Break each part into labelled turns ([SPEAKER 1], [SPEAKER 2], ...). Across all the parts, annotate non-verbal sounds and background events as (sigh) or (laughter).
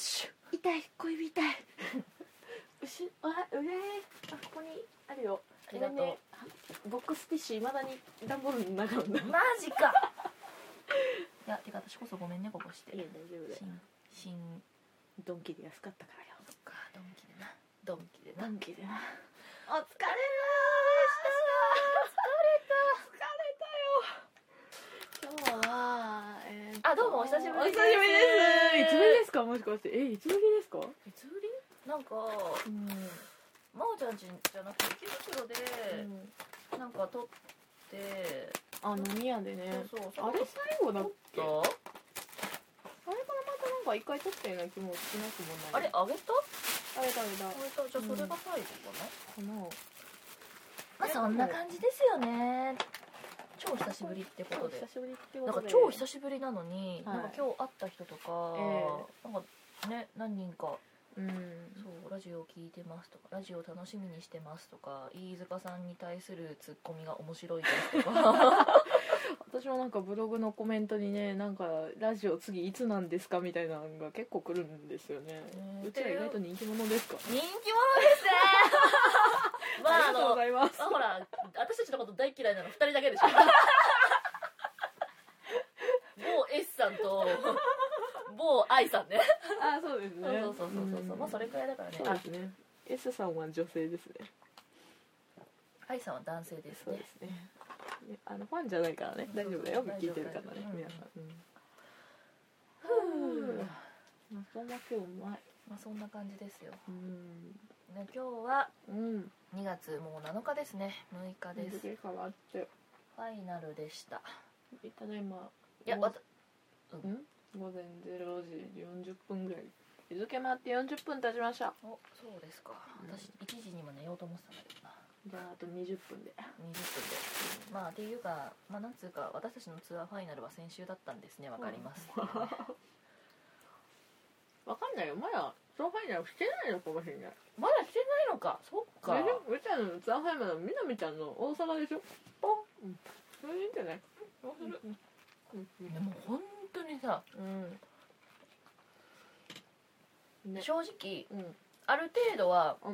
[SPEAKER 1] 痛い小指痛い後ろあ上あここにあるよ
[SPEAKER 2] ありがとう
[SPEAKER 1] これねボックスティッシュいまだに段ボールの中なんだ
[SPEAKER 2] マジか (laughs) いやてか私こそごめんねここして
[SPEAKER 1] いや大丈夫だよ
[SPEAKER 2] 新新
[SPEAKER 1] ドンキで安かったからよ
[SPEAKER 2] そっかドンキでなドンキで
[SPEAKER 1] ド
[SPEAKER 2] な
[SPEAKER 1] ンキでな
[SPEAKER 2] お疲れだ
[SPEAKER 1] 疲れた今日は、えーと
[SPEAKER 2] あどうもお久しぶりです
[SPEAKER 1] お久しぶりですいつぶりですかもしかしてえいつぶりですか
[SPEAKER 2] いつぶりなんか
[SPEAKER 1] うん、
[SPEAKER 2] 真央ちゃんちじゃなくて池袋で、なんか撮って、
[SPEAKER 1] あ飲み屋でね
[SPEAKER 2] そうそう
[SPEAKER 1] あれ最後だっけあれ
[SPEAKER 2] 撮っ
[SPEAKER 1] からまたなんか一回撮ったような気もしなくも
[SPEAKER 2] た
[SPEAKER 1] な
[SPEAKER 2] あ
[SPEAKER 1] い
[SPEAKER 2] れあげた
[SPEAKER 1] あれだあれだ
[SPEAKER 2] あげたじゃあそれが最後かな、
[SPEAKER 1] この
[SPEAKER 2] まあそんな感じですよね超久しぶりってことで
[SPEAKER 1] 久しぶりって
[SPEAKER 2] な
[SPEAKER 1] こ
[SPEAKER 2] んか
[SPEAKER 1] とで
[SPEAKER 2] 超
[SPEAKER 1] し
[SPEAKER 2] 久しぶりなのに、
[SPEAKER 1] はい
[SPEAKER 2] なんか今日会った人とか、
[SPEAKER 1] え
[SPEAKER 2] なんかね何人か
[SPEAKER 1] ぶりうん
[SPEAKER 2] そうラジオ聞いてますとかラジオ楽しみにしてますとか飯塚さんに対するツッコミが面白いですと
[SPEAKER 1] (laughs)
[SPEAKER 2] か
[SPEAKER 1] 私もなんかブログのコメントにねなんかラジオ次いつなんですかみたいなのが結構来るんですよね
[SPEAKER 2] うん
[SPEAKER 1] うちら意外と人気者ですか (laughs)
[SPEAKER 2] 人気者ですねま
[SPEAKER 1] あ
[SPEAKER 2] ああ
[SPEAKER 1] りがとうご
[SPEAKER 2] の
[SPEAKER 1] ざいます
[SPEAKER 2] あほら私たちのこと大嫌いなの2人だけ
[SPEAKER 1] (laughs)
[SPEAKER 2] でしょ某 S さんと某 I さんね
[SPEAKER 1] あそうですね
[SPEAKER 2] そうそうそうそうそうまあそれくらいだからね
[SPEAKER 1] そうですね S さんは女性ですね
[SPEAKER 2] I さんは男性です
[SPEAKER 1] そう
[SPEAKER 2] ね
[SPEAKER 1] ですねねあのファンじゃないからね大丈夫だよ
[SPEAKER 2] そうそう
[SPEAKER 1] 聞いてるからね
[SPEAKER 2] 大丈夫
[SPEAKER 1] 皆さん
[SPEAKER 2] ふう
[SPEAKER 1] うんなかなかうまい
[SPEAKER 2] まあそんな感じですよ、
[SPEAKER 1] うん
[SPEAKER 2] ね、今日は
[SPEAKER 1] うん
[SPEAKER 2] 2月もう7日ですね6日です、
[SPEAKER 1] 日付変わって
[SPEAKER 2] ファイナルでした
[SPEAKER 1] ただいま
[SPEAKER 2] いや
[SPEAKER 1] もう
[SPEAKER 2] わた
[SPEAKER 1] 午前0時40分ぐらい日付回って40分経ちました
[SPEAKER 2] おそうですか
[SPEAKER 1] うん
[SPEAKER 2] 私1時にも寝ようと思ってたんだけ
[SPEAKER 1] じ
[SPEAKER 2] どな
[SPEAKER 1] ゃああと20分で
[SPEAKER 2] 20分でまあっていうかまあなんつうか私たちのツアーファイナルは先週だったんですねわかります、
[SPEAKER 1] わかんないよまだツアーファイナルしてないのかもしれない
[SPEAKER 2] まだしてないのかそっか
[SPEAKER 1] 大丈夫うちらのツアーファイナルはみなみちゃんの大阪でしょポン、うん、それでいいんじゃない
[SPEAKER 2] どうする
[SPEAKER 1] うんうん
[SPEAKER 2] でも本当にさ
[SPEAKER 1] うんね
[SPEAKER 2] 正直
[SPEAKER 1] うん
[SPEAKER 2] ある程度は
[SPEAKER 1] う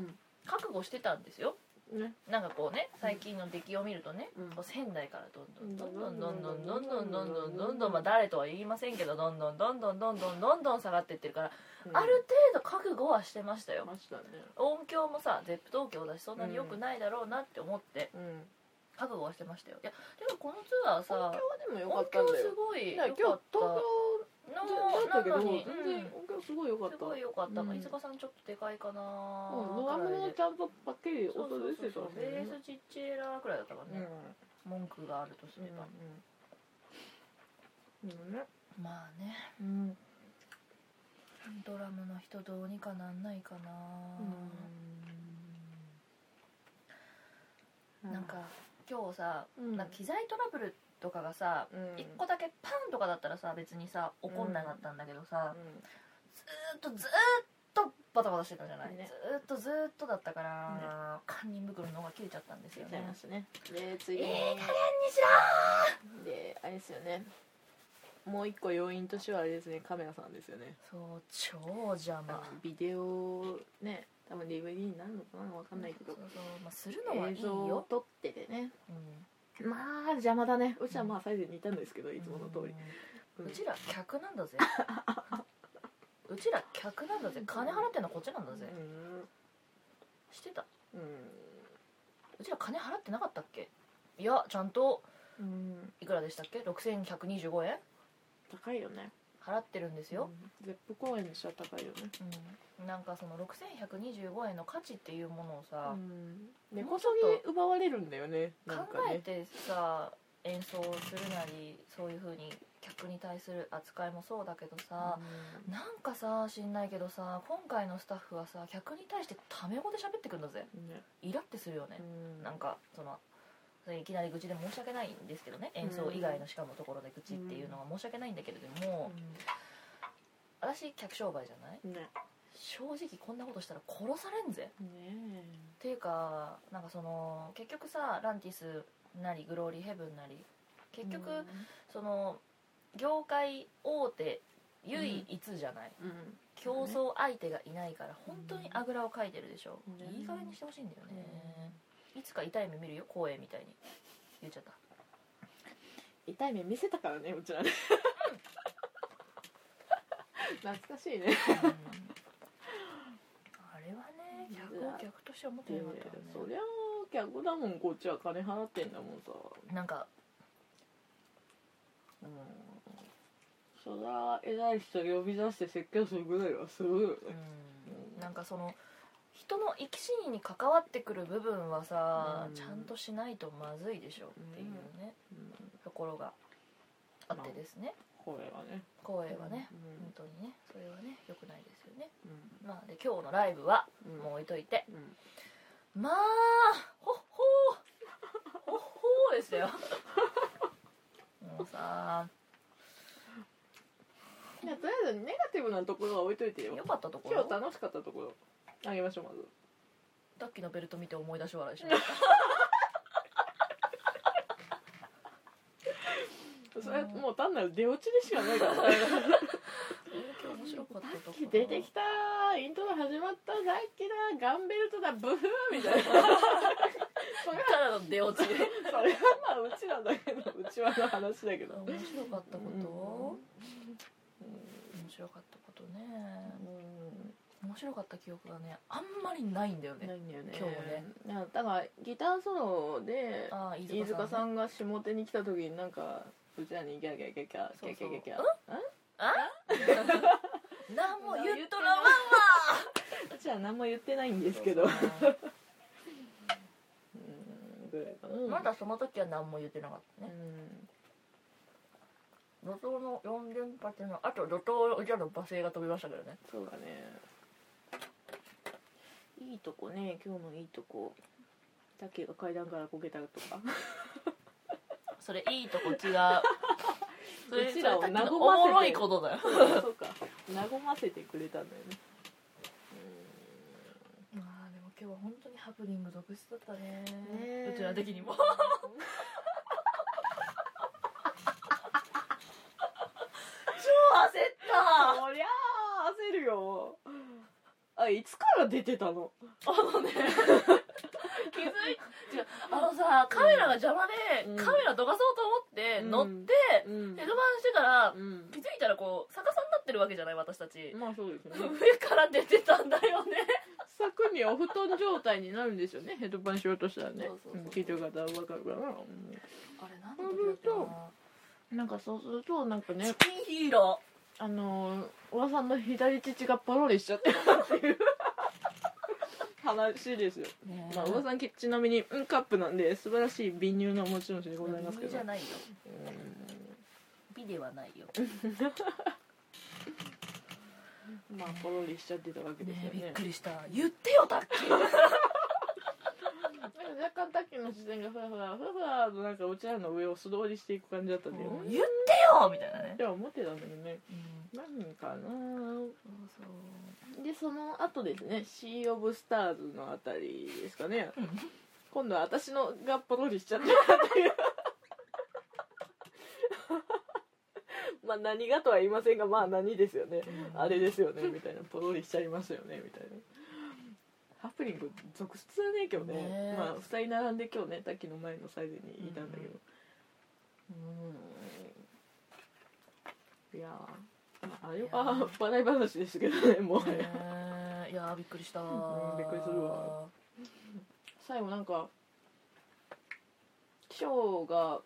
[SPEAKER 2] 覚悟してたんですよ
[SPEAKER 1] んね
[SPEAKER 2] なんかこうね最近の出来を見るとね、
[SPEAKER 1] うん
[SPEAKER 2] こう仙台からどんどんどんどんどんどんどんどんどんどんどんどんまあ誰とは言いませんけどどんどんどんどんどんどんどんどん下がってってるから、ある程度覚悟はしてましたよ
[SPEAKER 1] ましたね
[SPEAKER 2] 音響もさ ZEP 東京だしそんなに良くないだろうなって思って
[SPEAKER 1] うん
[SPEAKER 2] 覚悟はしてましたよいやでもこのツアー
[SPEAKER 1] 東京は
[SPEAKER 2] さ
[SPEAKER 1] でも良か
[SPEAKER 2] 音
[SPEAKER 1] ったん
[SPEAKER 2] 響
[SPEAKER 1] だ
[SPEAKER 2] す
[SPEAKER 1] よ
[SPEAKER 2] ごい
[SPEAKER 1] いや
[SPEAKER 2] 良
[SPEAKER 1] 今
[SPEAKER 2] か
[SPEAKER 1] 日東京だったけど
[SPEAKER 2] ったのなのに、
[SPEAKER 1] 全
[SPEAKER 2] う
[SPEAKER 1] 然
[SPEAKER 2] ん
[SPEAKER 1] 音響すごい良かっ
[SPEAKER 2] す
[SPEAKER 1] た
[SPEAKER 2] ごい良かった、まあ
[SPEAKER 1] うん
[SPEAKER 2] 飯塚さんちょっとでかいかな
[SPEAKER 1] うん
[SPEAKER 2] ド
[SPEAKER 1] ドラムのちゃんとパッケージ
[SPEAKER 2] そうそ
[SPEAKER 1] 音出
[SPEAKER 2] う
[SPEAKER 1] してた
[SPEAKER 2] そうそう
[SPEAKER 1] もん
[SPEAKER 2] ベー
[SPEAKER 1] ね
[SPEAKER 2] スちっちゃらくらいだったか
[SPEAKER 1] う
[SPEAKER 2] ら
[SPEAKER 1] ん
[SPEAKER 2] ね、文句があるとすれば、
[SPEAKER 1] うんうんね
[SPEAKER 2] まあね
[SPEAKER 1] うん
[SPEAKER 2] ドラムの人どうにかなんないかな、なんか今日さ、
[SPEAKER 1] うん
[SPEAKER 2] なんか機材トラブルとかがさ、
[SPEAKER 1] うん
[SPEAKER 2] 一1個だけパンとかだったらさ別にさ怒んなかったんだけどさ、
[SPEAKER 1] う
[SPEAKER 2] ずーっとずーっとバタバタしてたじゃない、
[SPEAKER 1] ね
[SPEAKER 2] ずーっとずーっとだったから、堪忍袋の方が切れちゃったんですよ
[SPEAKER 1] ん
[SPEAKER 2] ね
[SPEAKER 1] ねで次
[SPEAKER 2] いい加減
[SPEAKER 1] に
[SPEAKER 2] にしろ
[SPEAKER 1] であれですよねもう一個要因としてはあれですねカメラさんですよね
[SPEAKER 2] そう超邪魔
[SPEAKER 1] ビデオね多分 DVD になるのかなわかんないけど
[SPEAKER 2] そうそう、まあ、するのはいい
[SPEAKER 1] 映像を
[SPEAKER 2] よ、
[SPEAKER 1] 撮っててね
[SPEAKER 2] うん
[SPEAKER 1] まあ邪魔だねうちはまあサイズにいたんですけどいつもの通り、
[SPEAKER 2] う
[SPEAKER 1] うんん
[SPEAKER 2] うちら客なんだぜうちら客なんだぜ金払ってんのはこっちなんだぜしてた
[SPEAKER 1] うん
[SPEAKER 2] うちら金払ってなかったっけいやちゃんと
[SPEAKER 1] うん
[SPEAKER 2] いくらでしたっけ6125円
[SPEAKER 1] 高いよね
[SPEAKER 2] 払ってるんですよ、
[SPEAKER 1] ゼップ公園にしちゃ高いよね
[SPEAKER 2] うんなんかその6125円の価値っていうものを
[SPEAKER 1] う
[SPEAKER 2] さ、
[SPEAKER 1] ん根
[SPEAKER 2] も
[SPEAKER 1] こ
[SPEAKER 2] うち
[SPEAKER 1] そ
[SPEAKER 2] ょっと
[SPEAKER 1] ぎ奪われるんだよねな
[SPEAKER 2] 考
[SPEAKER 1] んか
[SPEAKER 2] え
[SPEAKER 1] ね
[SPEAKER 2] てさ演奏するなりそういう風に客に対する扱いもそうだけどさ、なんかさ知んないけどさ今回のスタッフはさ客に対してタメ語で喋ってくるんだぜ
[SPEAKER 1] うんね
[SPEAKER 2] イラってするよね
[SPEAKER 1] う、ん
[SPEAKER 2] なんかそのそれいきなり愚痴で申し訳ないんですけどね演奏以外のしかもところで愚痴っていうのは申し訳ないんだけれども、私客商売じゃない
[SPEAKER 1] うんね
[SPEAKER 2] 正直こんなことしたら殺されんぜ
[SPEAKER 1] ね
[SPEAKER 2] っていうかなんかその結局さランティスなりグローリーヘブンなり
[SPEAKER 1] え
[SPEAKER 2] 結局、その業界大手唯一じゃない、
[SPEAKER 1] うん
[SPEAKER 2] 基競争相手がいないから本当にあぐらをかいてるでしょ、
[SPEAKER 1] ね
[SPEAKER 2] いい加減にしてほしいんだよね、いつか痛い目見るよ光栄みたいに言っちゃった
[SPEAKER 1] 痛い目見せたからねうち (laughs) らね懐かしいね
[SPEAKER 2] (laughs) あれはね客を客としては持ってなかったよ
[SPEAKER 1] そ
[SPEAKER 2] ね
[SPEAKER 1] りゃ客だもんこっちは金払ってんだもんさ
[SPEAKER 2] なんか
[SPEAKER 1] うんそりゃ偉い人呼び出して説教するぐらいはするよね
[SPEAKER 2] うんなんかその人の生き死にに関わってくる部分はさ、
[SPEAKER 1] うん
[SPEAKER 2] ちゃんとしないとまずいでしょっていうね、
[SPEAKER 1] うん
[SPEAKER 2] ところがあってですね
[SPEAKER 1] これはね
[SPEAKER 2] 光栄はね、
[SPEAKER 1] うん
[SPEAKER 2] 本当にねそれはね良くないですよね
[SPEAKER 1] う
[SPEAKER 2] まあで今日のライブは
[SPEAKER 1] んうん
[SPEAKER 2] もう置いといて、
[SPEAKER 1] うん
[SPEAKER 2] まあほっほーほっほーでしたよもうさ
[SPEAKER 1] いやとりあえずネガティブなところは置いといてよ
[SPEAKER 2] よかったとこ
[SPEAKER 1] 今
[SPEAKER 2] ろ
[SPEAKER 1] 日楽しかったところあげましょうまず
[SPEAKER 2] さっきのベルト見て思い出し笑いしました
[SPEAKER 1] それはもう単なる出落ちでしかないから
[SPEAKER 2] 今日面白かったと
[SPEAKER 1] さ
[SPEAKER 2] ころ
[SPEAKER 1] っき (laughs) 出てきたイントロ始まったさっきだガンベルトだブフーみたいなそれは
[SPEAKER 2] ただの出落ち
[SPEAKER 1] それはまあうちらだけどうちわの話だけど
[SPEAKER 2] 面白かったこと、
[SPEAKER 1] うん
[SPEAKER 2] 面白かったことね面白かった記憶がねあんまりないんだよね、
[SPEAKER 1] ないんだよね
[SPEAKER 2] 今日ね
[SPEAKER 1] いやだからギターソロで
[SPEAKER 2] ああ飯
[SPEAKER 1] 飯
[SPEAKER 2] 塚
[SPEAKER 1] 塚
[SPEAKER 2] さ
[SPEAKER 1] さ
[SPEAKER 2] んね
[SPEAKER 1] んが下手に来た時になんかうちらにギャーギャーギャーギャーギャーギャーギャーギャー
[SPEAKER 2] (laughs) 何も言っとらんわ
[SPEAKER 1] うちら何も言ってないんですけどうーんぐらいかな
[SPEAKER 2] まだその時は何も言ってなかった
[SPEAKER 1] う
[SPEAKER 2] ね
[SPEAKER 1] ん
[SPEAKER 2] 怒涛の4連発のあと怒涛のじゃの罵声が飛びましたけどね
[SPEAKER 1] そうだねいいとこね今日のいいとこさっきが階段からこけたとか
[SPEAKER 2] それいいとこ違うそれ
[SPEAKER 1] うちらを
[SPEAKER 2] それさっきの
[SPEAKER 1] 和ませて
[SPEAKER 2] おもろいことだ
[SPEAKER 1] (laughs)
[SPEAKER 2] よ
[SPEAKER 1] そうか和ませてくれたんだよね
[SPEAKER 2] まあでも今日は本当にハプニング続出だったね
[SPEAKER 1] ねえ
[SPEAKER 2] うちら的にも
[SPEAKER 1] (laughs)
[SPEAKER 2] 焦
[SPEAKER 1] そりゃあ焦るよあいつから出てたの
[SPEAKER 2] 気づい違うあのさカメラが邪魔で、
[SPEAKER 1] うん
[SPEAKER 2] カメラどかそうと思って乗って、
[SPEAKER 1] うん
[SPEAKER 2] ヘッドバンしてたら、
[SPEAKER 1] うん
[SPEAKER 2] 気づいたらこう逆さになってるわけじゃない私たち、
[SPEAKER 1] まあそうですね
[SPEAKER 2] 上から出てたんだよね
[SPEAKER 1] 柵にお布団状態になるんですよねヘッドバンしようとしたらね
[SPEAKER 2] そうそうそう
[SPEAKER 1] うん聞いてる方は分かるかな、
[SPEAKER 2] あれ何
[SPEAKER 1] の時だったかうんなんかそうするとなんかね
[SPEAKER 2] チキンヒーロ
[SPEAKER 1] あのーおばさんの左乳がポロリしちゃってたっていう話ですよ、
[SPEAKER 2] ー、ね
[SPEAKER 1] まあ、おばさんちなみにうんカップなんで素晴らしい貧乳な持ち主でございますけ
[SPEAKER 2] じ
[SPEAKER 1] ど
[SPEAKER 2] ゃないよ
[SPEAKER 1] うん
[SPEAKER 2] 美ではないよ
[SPEAKER 1] まあポロリしちゃってたわけですよね
[SPEAKER 2] りした言ってよタッキー
[SPEAKER 1] なんか若干タッキーの視線がふわふわふわふわとなんかうちらの上を素通りしていく感じだったんだよね
[SPEAKER 2] 言ってよみたいなね
[SPEAKER 1] では思ってたんだけどね
[SPEAKER 2] うん
[SPEAKER 1] 何かな
[SPEAKER 2] そうそ
[SPEAKER 1] でその後ですね「シー・オブ・スターズ」のあたりですかね
[SPEAKER 2] う、うん
[SPEAKER 1] 今度は私のがポロリしちゃったっていう (laughs) まあ何がとは言いませんがまあ何ですよねあれですよねみたいなポロリしちゃいますよねみたいなハプニング続出だね今日ね
[SPEAKER 2] ねえ
[SPEAKER 1] まあ2人並んで今日ねさっきの前のサイズにいたんだけどうんいやーまああれ
[SPEAKER 2] いや
[SPEAKER 1] は笑い話ですけどねもう、
[SPEAKER 2] ねえいやーびっくりしたー、
[SPEAKER 1] うんびっくりするわ最後なんかショーが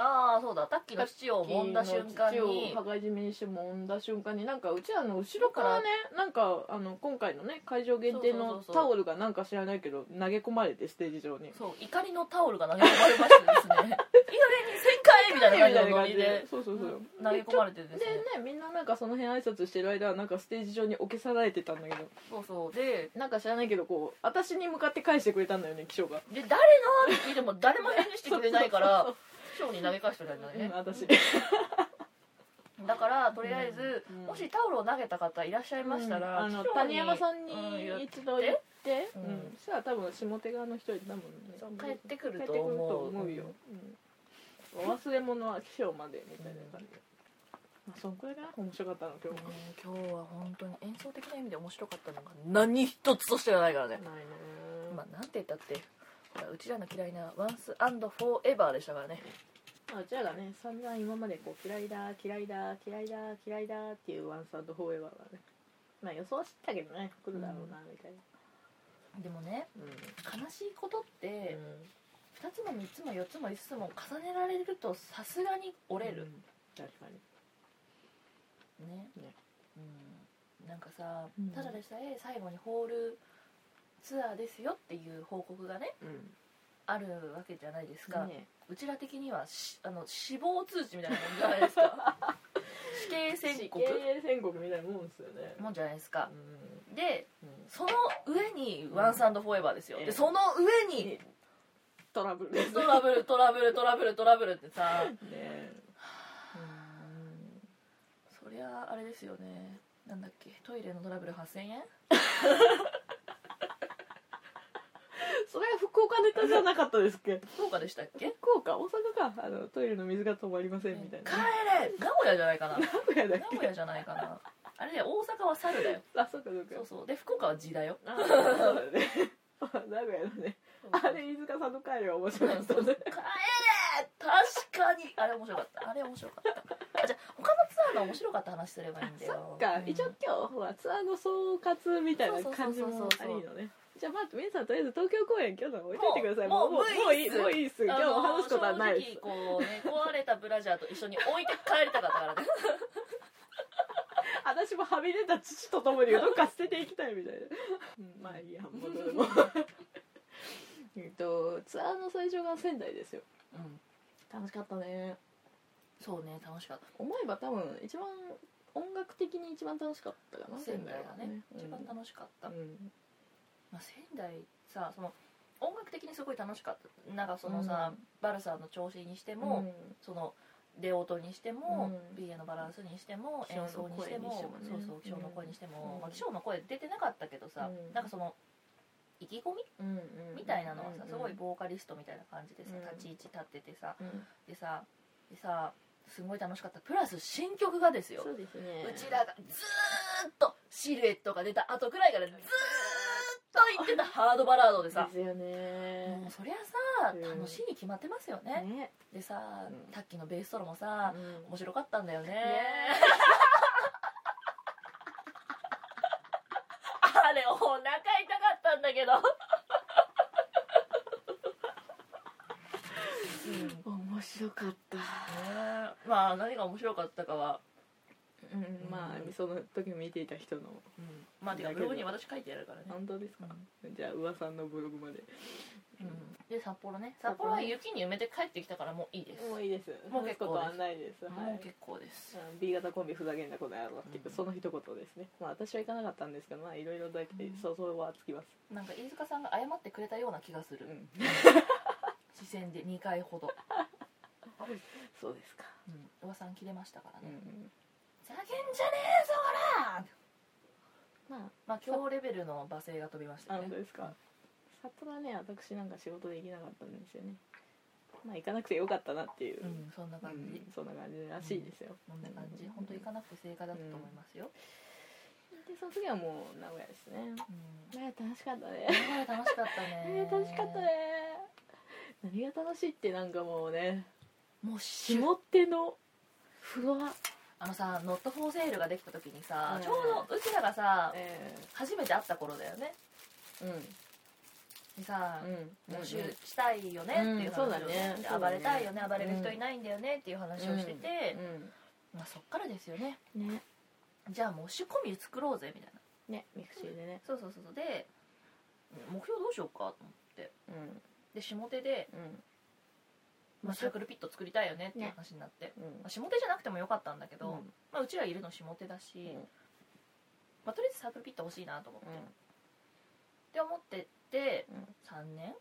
[SPEAKER 2] ああそうだタッキーの父を揉んだ瞬間
[SPEAKER 1] 父
[SPEAKER 2] に
[SPEAKER 1] を羽交い締めにして揉んだ瞬間になんかうちらの後ろからねなんかあの今回のね会場限定
[SPEAKER 2] そ
[SPEAKER 1] の
[SPEAKER 2] うそうそうそう
[SPEAKER 1] タオルがなんか知らないけど投げ込まれてステージ上に
[SPEAKER 2] そう怒りのタオルが投げ込まれましてです
[SPEAKER 1] (laughs)
[SPEAKER 2] ねいやね旋回みたいな感じのノリで
[SPEAKER 1] そうそうそう
[SPEAKER 2] うん投げ込まれてです
[SPEAKER 1] で
[SPEAKER 2] ね
[SPEAKER 1] ねみんななんかその辺挨拶してる間はなんかステージ上に置け去られてたんだけど
[SPEAKER 2] そうそうで
[SPEAKER 1] なんか知らないけどこう私に向かって返してくれたんだよね気象が
[SPEAKER 2] で誰のって聞いても誰も返事してくれないから師匠に投げ返してくれたんだよ
[SPEAKER 1] うん
[SPEAKER 2] ね
[SPEAKER 1] 私
[SPEAKER 2] だからとりあえず、
[SPEAKER 1] うん
[SPEAKER 2] もしタオルを投げた方いらっしゃいましたら、
[SPEAKER 1] うんあの
[SPEAKER 2] 師匠
[SPEAKER 1] 谷山さんに
[SPEAKER 2] うん言って
[SPEAKER 1] 一度言って
[SPEAKER 2] うん
[SPEAKER 1] うんそしたら多分下手側の人だもんね
[SPEAKER 2] そう帰ってく
[SPEAKER 1] 帰
[SPEAKER 2] る
[SPEAKER 1] って
[SPEAKER 2] と
[SPEAKER 1] くると
[SPEAKER 2] 思う
[SPEAKER 1] 思うよ、うんお忘れ物は起床までみたいな感じ、まあそんくらいかな面白かったの今日
[SPEAKER 2] 今日は本当に演奏的な意味で面白かったのが何一つとしてはないからね、
[SPEAKER 1] ないね
[SPEAKER 2] まあなんて言ったってほらうちらの嫌いな「Once and Forever」でしたからね
[SPEAKER 1] まあうちらがね散々今までこう嫌いだ嫌いだ嫌いだ嫌いだっていうワンサードフォーエバーがねまあ予想はしてたけどね来るだろうなみたいな
[SPEAKER 2] でもね
[SPEAKER 1] うん、
[SPEAKER 2] 悲しいことって、
[SPEAKER 1] うん
[SPEAKER 2] 2つも3つも4つも5つも重ねられるとさすがに折れ
[SPEAKER 1] う
[SPEAKER 2] る
[SPEAKER 1] ん、確かに
[SPEAKER 2] ね
[SPEAKER 1] ね
[SPEAKER 2] うん、なんかさ、
[SPEAKER 1] うん
[SPEAKER 2] ただでさえ最後にホールツアーですよっていう報告がね
[SPEAKER 1] うん
[SPEAKER 2] あるわけじゃないですか、
[SPEAKER 1] ね
[SPEAKER 2] うちら的にはしあの死亡通知みたいなもんじゃないで
[SPEAKER 1] (laughs)
[SPEAKER 2] すか死刑宣告
[SPEAKER 1] 死刑宣告みたいなもんですよね
[SPEAKER 2] もんじゃないですか
[SPEAKER 1] う、ん
[SPEAKER 2] で
[SPEAKER 1] うん
[SPEAKER 2] その上に
[SPEAKER 1] うん
[SPEAKER 2] 「ワンサンドフォーエバー」ですよ、
[SPEAKER 1] ええ
[SPEAKER 2] でその上に
[SPEAKER 1] ねトラブルです
[SPEAKER 2] トラブルトラブルトラブルトラブルってさ
[SPEAKER 1] ね
[SPEAKER 2] そりゃあれですよねなんだっけトイレのトラブル8000円
[SPEAKER 1] (laughs) それは福岡ネタじゃなかったですっけ
[SPEAKER 2] 福岡でしたっけ
[SPEAKER 1] 福岡大阪かあのトイレの水が止まりませ
[SPEAKER 2] 帰
[SPEAKER 1] んみた
[SPEAKER 2] れ
[SPEAKER 1] いな
[SPEAKER 2] 名古屋じゃないかな
[SPEAKER 1] 名古屋だっ
[SPEAKER 2] 名古
[SPEAKER 1] け
[SPEAKER 2] 屋じゃないかなあれね大阪は猿だよ
[SPEAKER 1] あそうかそうか
[SPEAKER 2] そうそうで福岡は地だよ
[SPEAKER 1] あーそうだね名古屋のねあれ飯塚さんの帰りは面
[SPEAKER 2] そ
[SPEAKER 1] 白
[SPEAKER 2] う
[SPEAKER 1] か
[SPEAKER 2] そ
[SPEAKER 1] った
[SPEAKER 2] うそう帰れ
[SPEAKER 1] ね
[SPEAKER 2] 確かにあれ面白かったあれ面白かったあじゃあ他のツアーが面白かった話すればいいんだ
[SPEAKER 1] そ
[SPEAKER 2] よ
[SPEAKER 1] っか
[SPEAKER 2] うん
[SPEAKER 1] 一応今日はツアーの総括みたいな感じもありのねじゃあまあ皆さんとりあえず東京公演今日の置いといてください
[SPEAKER 2] もう
[SPEAKER 1] もうも
[SPEAKER 2] もう
[SPEAKER 1] う
[SPEAKER 2] い
[SPEAKER 1] いい
[SPEAKER 2] いっす
[SPEAKER 1] もういいっす今日
[SPEAKER 2] あの
[SPEAKER 1] 話すことはないです
[SPEAKER 2] 正直こうね壊れたブラジャーと一緒に置いて帰りたかったからね
[SPEAKER 1] 私もはみ出た父と共にどっか捨てていきたいみたいな、うんまあいいやもうどう
[SPEAKER 2] (laughs)
[SPEAKER 1] でもえっとツアーの最初が仙台ですよ
[SPEAKER 2] うん
[SPEAKER 1] 楽しかったね
[SPEAKER 2] そうね楽しかった
[SPEAKER 1] 思えば多分一番音楽的に一番楽しかったかな
[SPEAKER 2] 仙台がね
[SPEAKER 1] 仙台
[SPEAKER 2] 一
[SPEAKER 1] は
[SPEAKER 2] 番
[SPEAKER 1] ね
[SPEAKER 2] 楽しかった
[SPEAKER 1] うんうん
[SPEAKER 2] まあ、仙台さその音楽的にすごい楽しかったなんかそのさ、
[SPEAKER 1] うん
[SPEAKER 2] バルサーの調子にしても、その出音にしても、
[SPEAKER 1] うん
[SPEAKER 2] ビエのバランスにしても
[SPEAKER 1] 気象
[SPEAKER 2] 演
[SPEAKER 1] の
[SPEAKER 2] 奏にしても
[SPEAKER 1] 声にしても
[SPEAKER 2] そう
[SPEAKER 1] ね
[SPEAKER 2] そう気象の声にしても、
[SPEAKER 1] うん
[SPEAKER 2] まあ、気象の声出てなかったけどさ、
[SPEAKER 1] うん
[SPEAKER 2] なんかその意気込み
[SPEAKER 1] うんうん
[SPEAKER 2] みたいなのはさ、
[SPEAKER 1] うん
[SPEAKER 2] すごいボーカリストみたいな感じでさ、
[SPEAKER 1] うん
[SPEAKER 2] 立ち位置立っててさ
[SPEAKER 1] うん
[SPEAKER 2] でさでさすごい楽しかったプラス新曲がですよ
[SPEAKER 1] そうですね
[SPEAKER 2] うちらがずーっとシルエットが出た後くらいからずーっと言ってたハードバラードでさ
[SPEAKER 1] ですよね
[SPEAKER 2] もうそりゃさ
[SPEAKER 1] うん
[SPEAKER 2] 楽しいに決まってますよね、
[SPEAKER 1] ね
[SPEAKER 2] でさ
[SPEAKER 1] うん
[SPEAKER 2] タッキーのベースソロもさ
[SPEAKER 1] うん
[SPEAKER 2] 面白かったんだよね
[SPEAKER 1] ね
[SPEAKER 2] あれお腹痛かったんだけど、うんね
[SPEAKER 1] 面白かった
[SPEAKER 2] まあ何が面白かったかは、
[SPEAKER 1] うんまあその時見ていた人の
[SPEAKER 2] まあてか
[SPEAKER 1] だけ
[SPEAKER 2] ブ
[SPEAKER 1] ど
[SPEAKER 2] ログに私書いてやるからね、
[SPEAKER 1] 本当ですかじゃあ噂のブログまで
[SPEAKER 2] で札幌ね札
[SPEAKER 1] 札
[SPEAKER 2] 幌
[SPEAKER 1] 幌
[SPEAKER 2] は
[SPEAKER 1] ね
[SPEAKER 2] 雪に埋めて帰ってきたからもういいです
[SPEAKER 1] も
[SPEAKER 2] も
[SPEAKER 1] ういいです。
[SPEAKER 2] もう結構
[SPEAKER 1] 話す
[SPEAKER 2] です
[SPEAKER 1] ことはないです。は
[SPEAKER 2] う
[SPEAKER 1] い。
[SPEAKER 2] 結構です
[SPEAKER 1] あの B 型コンビふざけんなこの野郎っていう
[SPEAKER 2] うん
[SPEAKER 1] その一言ですね。まあ私は行かなかったんですけど、まあいろいろだけ想像はつきます。
[SPEAKER 2] なんか飯塚さんが謝ってくれたような気がす
[SPEAKER 1] う
[SPEAKER 2] る
[SPEAKER 1] ん、
[SPEAKER 2] (laughs) 視線で2回ほど
[SPEAKER 1] そうですか。
[SPEAKER 2] うん、おばさん切れましたから
[SPEAKER 1] う
[SPEAKER 2] ね
[SPEAKER 1] ん、
[SPEAKER 2] 「ざけんじゃねえぞおら!」
[SPEAKER 1] ま
[SPEAKER 2] まあ今日レベルの罵声が飛びまし
[SPEAKER 1] あ、あ
[SPEAKER 2] た
[SPEAKER 1] 本当
[SPEAKER 2] ね
[SPEAKER 1] ですか。札幌はね、私なんか仕事できなかったんですよね。まあ行かなくてよかったなっていう。
[SPEAKER 2] うんそんな
[SPEAKER 1] う
[SPEAKER 2] 感じ
[SPEAKER 1] んそんな感じらしいですよ。
[SPEAKER 2] そんな感じ本当行かなくて正解だったと思いますよ
[SPEAKER 1] で、その次はもう名古屋ですね。
[SPEAKER 2] うん
[SPEAKER 1] 名古屋楽しかったね。
[SPEAKER 2] 名古屋楽しかった
[SPEAKER 1] (laughs)
[SPEAKER 2] ね
[SPEAKER 1] えー、楽しかったね。何が楽しいってなんかもうね、
[SPEAKER 2] もうし
[SPEAKER 1] 下手のフロア。
[SPEAKER 2] あのさ「ノットフォーセール」ができた時にさ、
[SPEAKER 1] うん
[SPEAKER 2] ちょうどうちらがさ
[SPEAKER 1] え
[SPEAKER 2] 初めて会った頃だよね
[SPEAKER 1] えうん。
[SPEAKER 2] でさ、
[SPEAKER 1] うん、
[SPEAKER 2] 募集したいよねっていう話を
[SPEAKER 1] うんそうだね
[SPEAKER 2] で
[SPEAKER 1] そうだね
[SPEAKER 2] 暴れたいよね暴れる人いないんだよねっていう話をしてて、まあ、そっからですよね
[SPEAKER 1] うんね
[SPEAKER 2] じゃあ申し込み作ろうぜみたいな
[SPEAKER 1] ねミクシーでね
[SPEAKER 2] そうそうそうそうで目標どうしようかと思って
[SPEAKER 1] うん
[SPEAKER 2] で下手で、
[SPEAKER 1] う
[SPEAKER 2] まあ、サークルピット作りたいよねっていう
[SPEAKER 1] ね
[SPEAKER 2] 話になって、
[SPEAKER 1] んうん
[SPEAKER 2] まあ、下手じゃなくてもよかったんだけど、
[SPEAKER 1] う
[SPEAKER 2] うんまあ、うちらいるの下手だし、
[SPEAKER 1] うん
[SPEAKER 2] まあ、とりあえずサークルピット欲しいなと思って、って思ってて
[SPEAKER 1] うん
[SPEAKER 2] 3年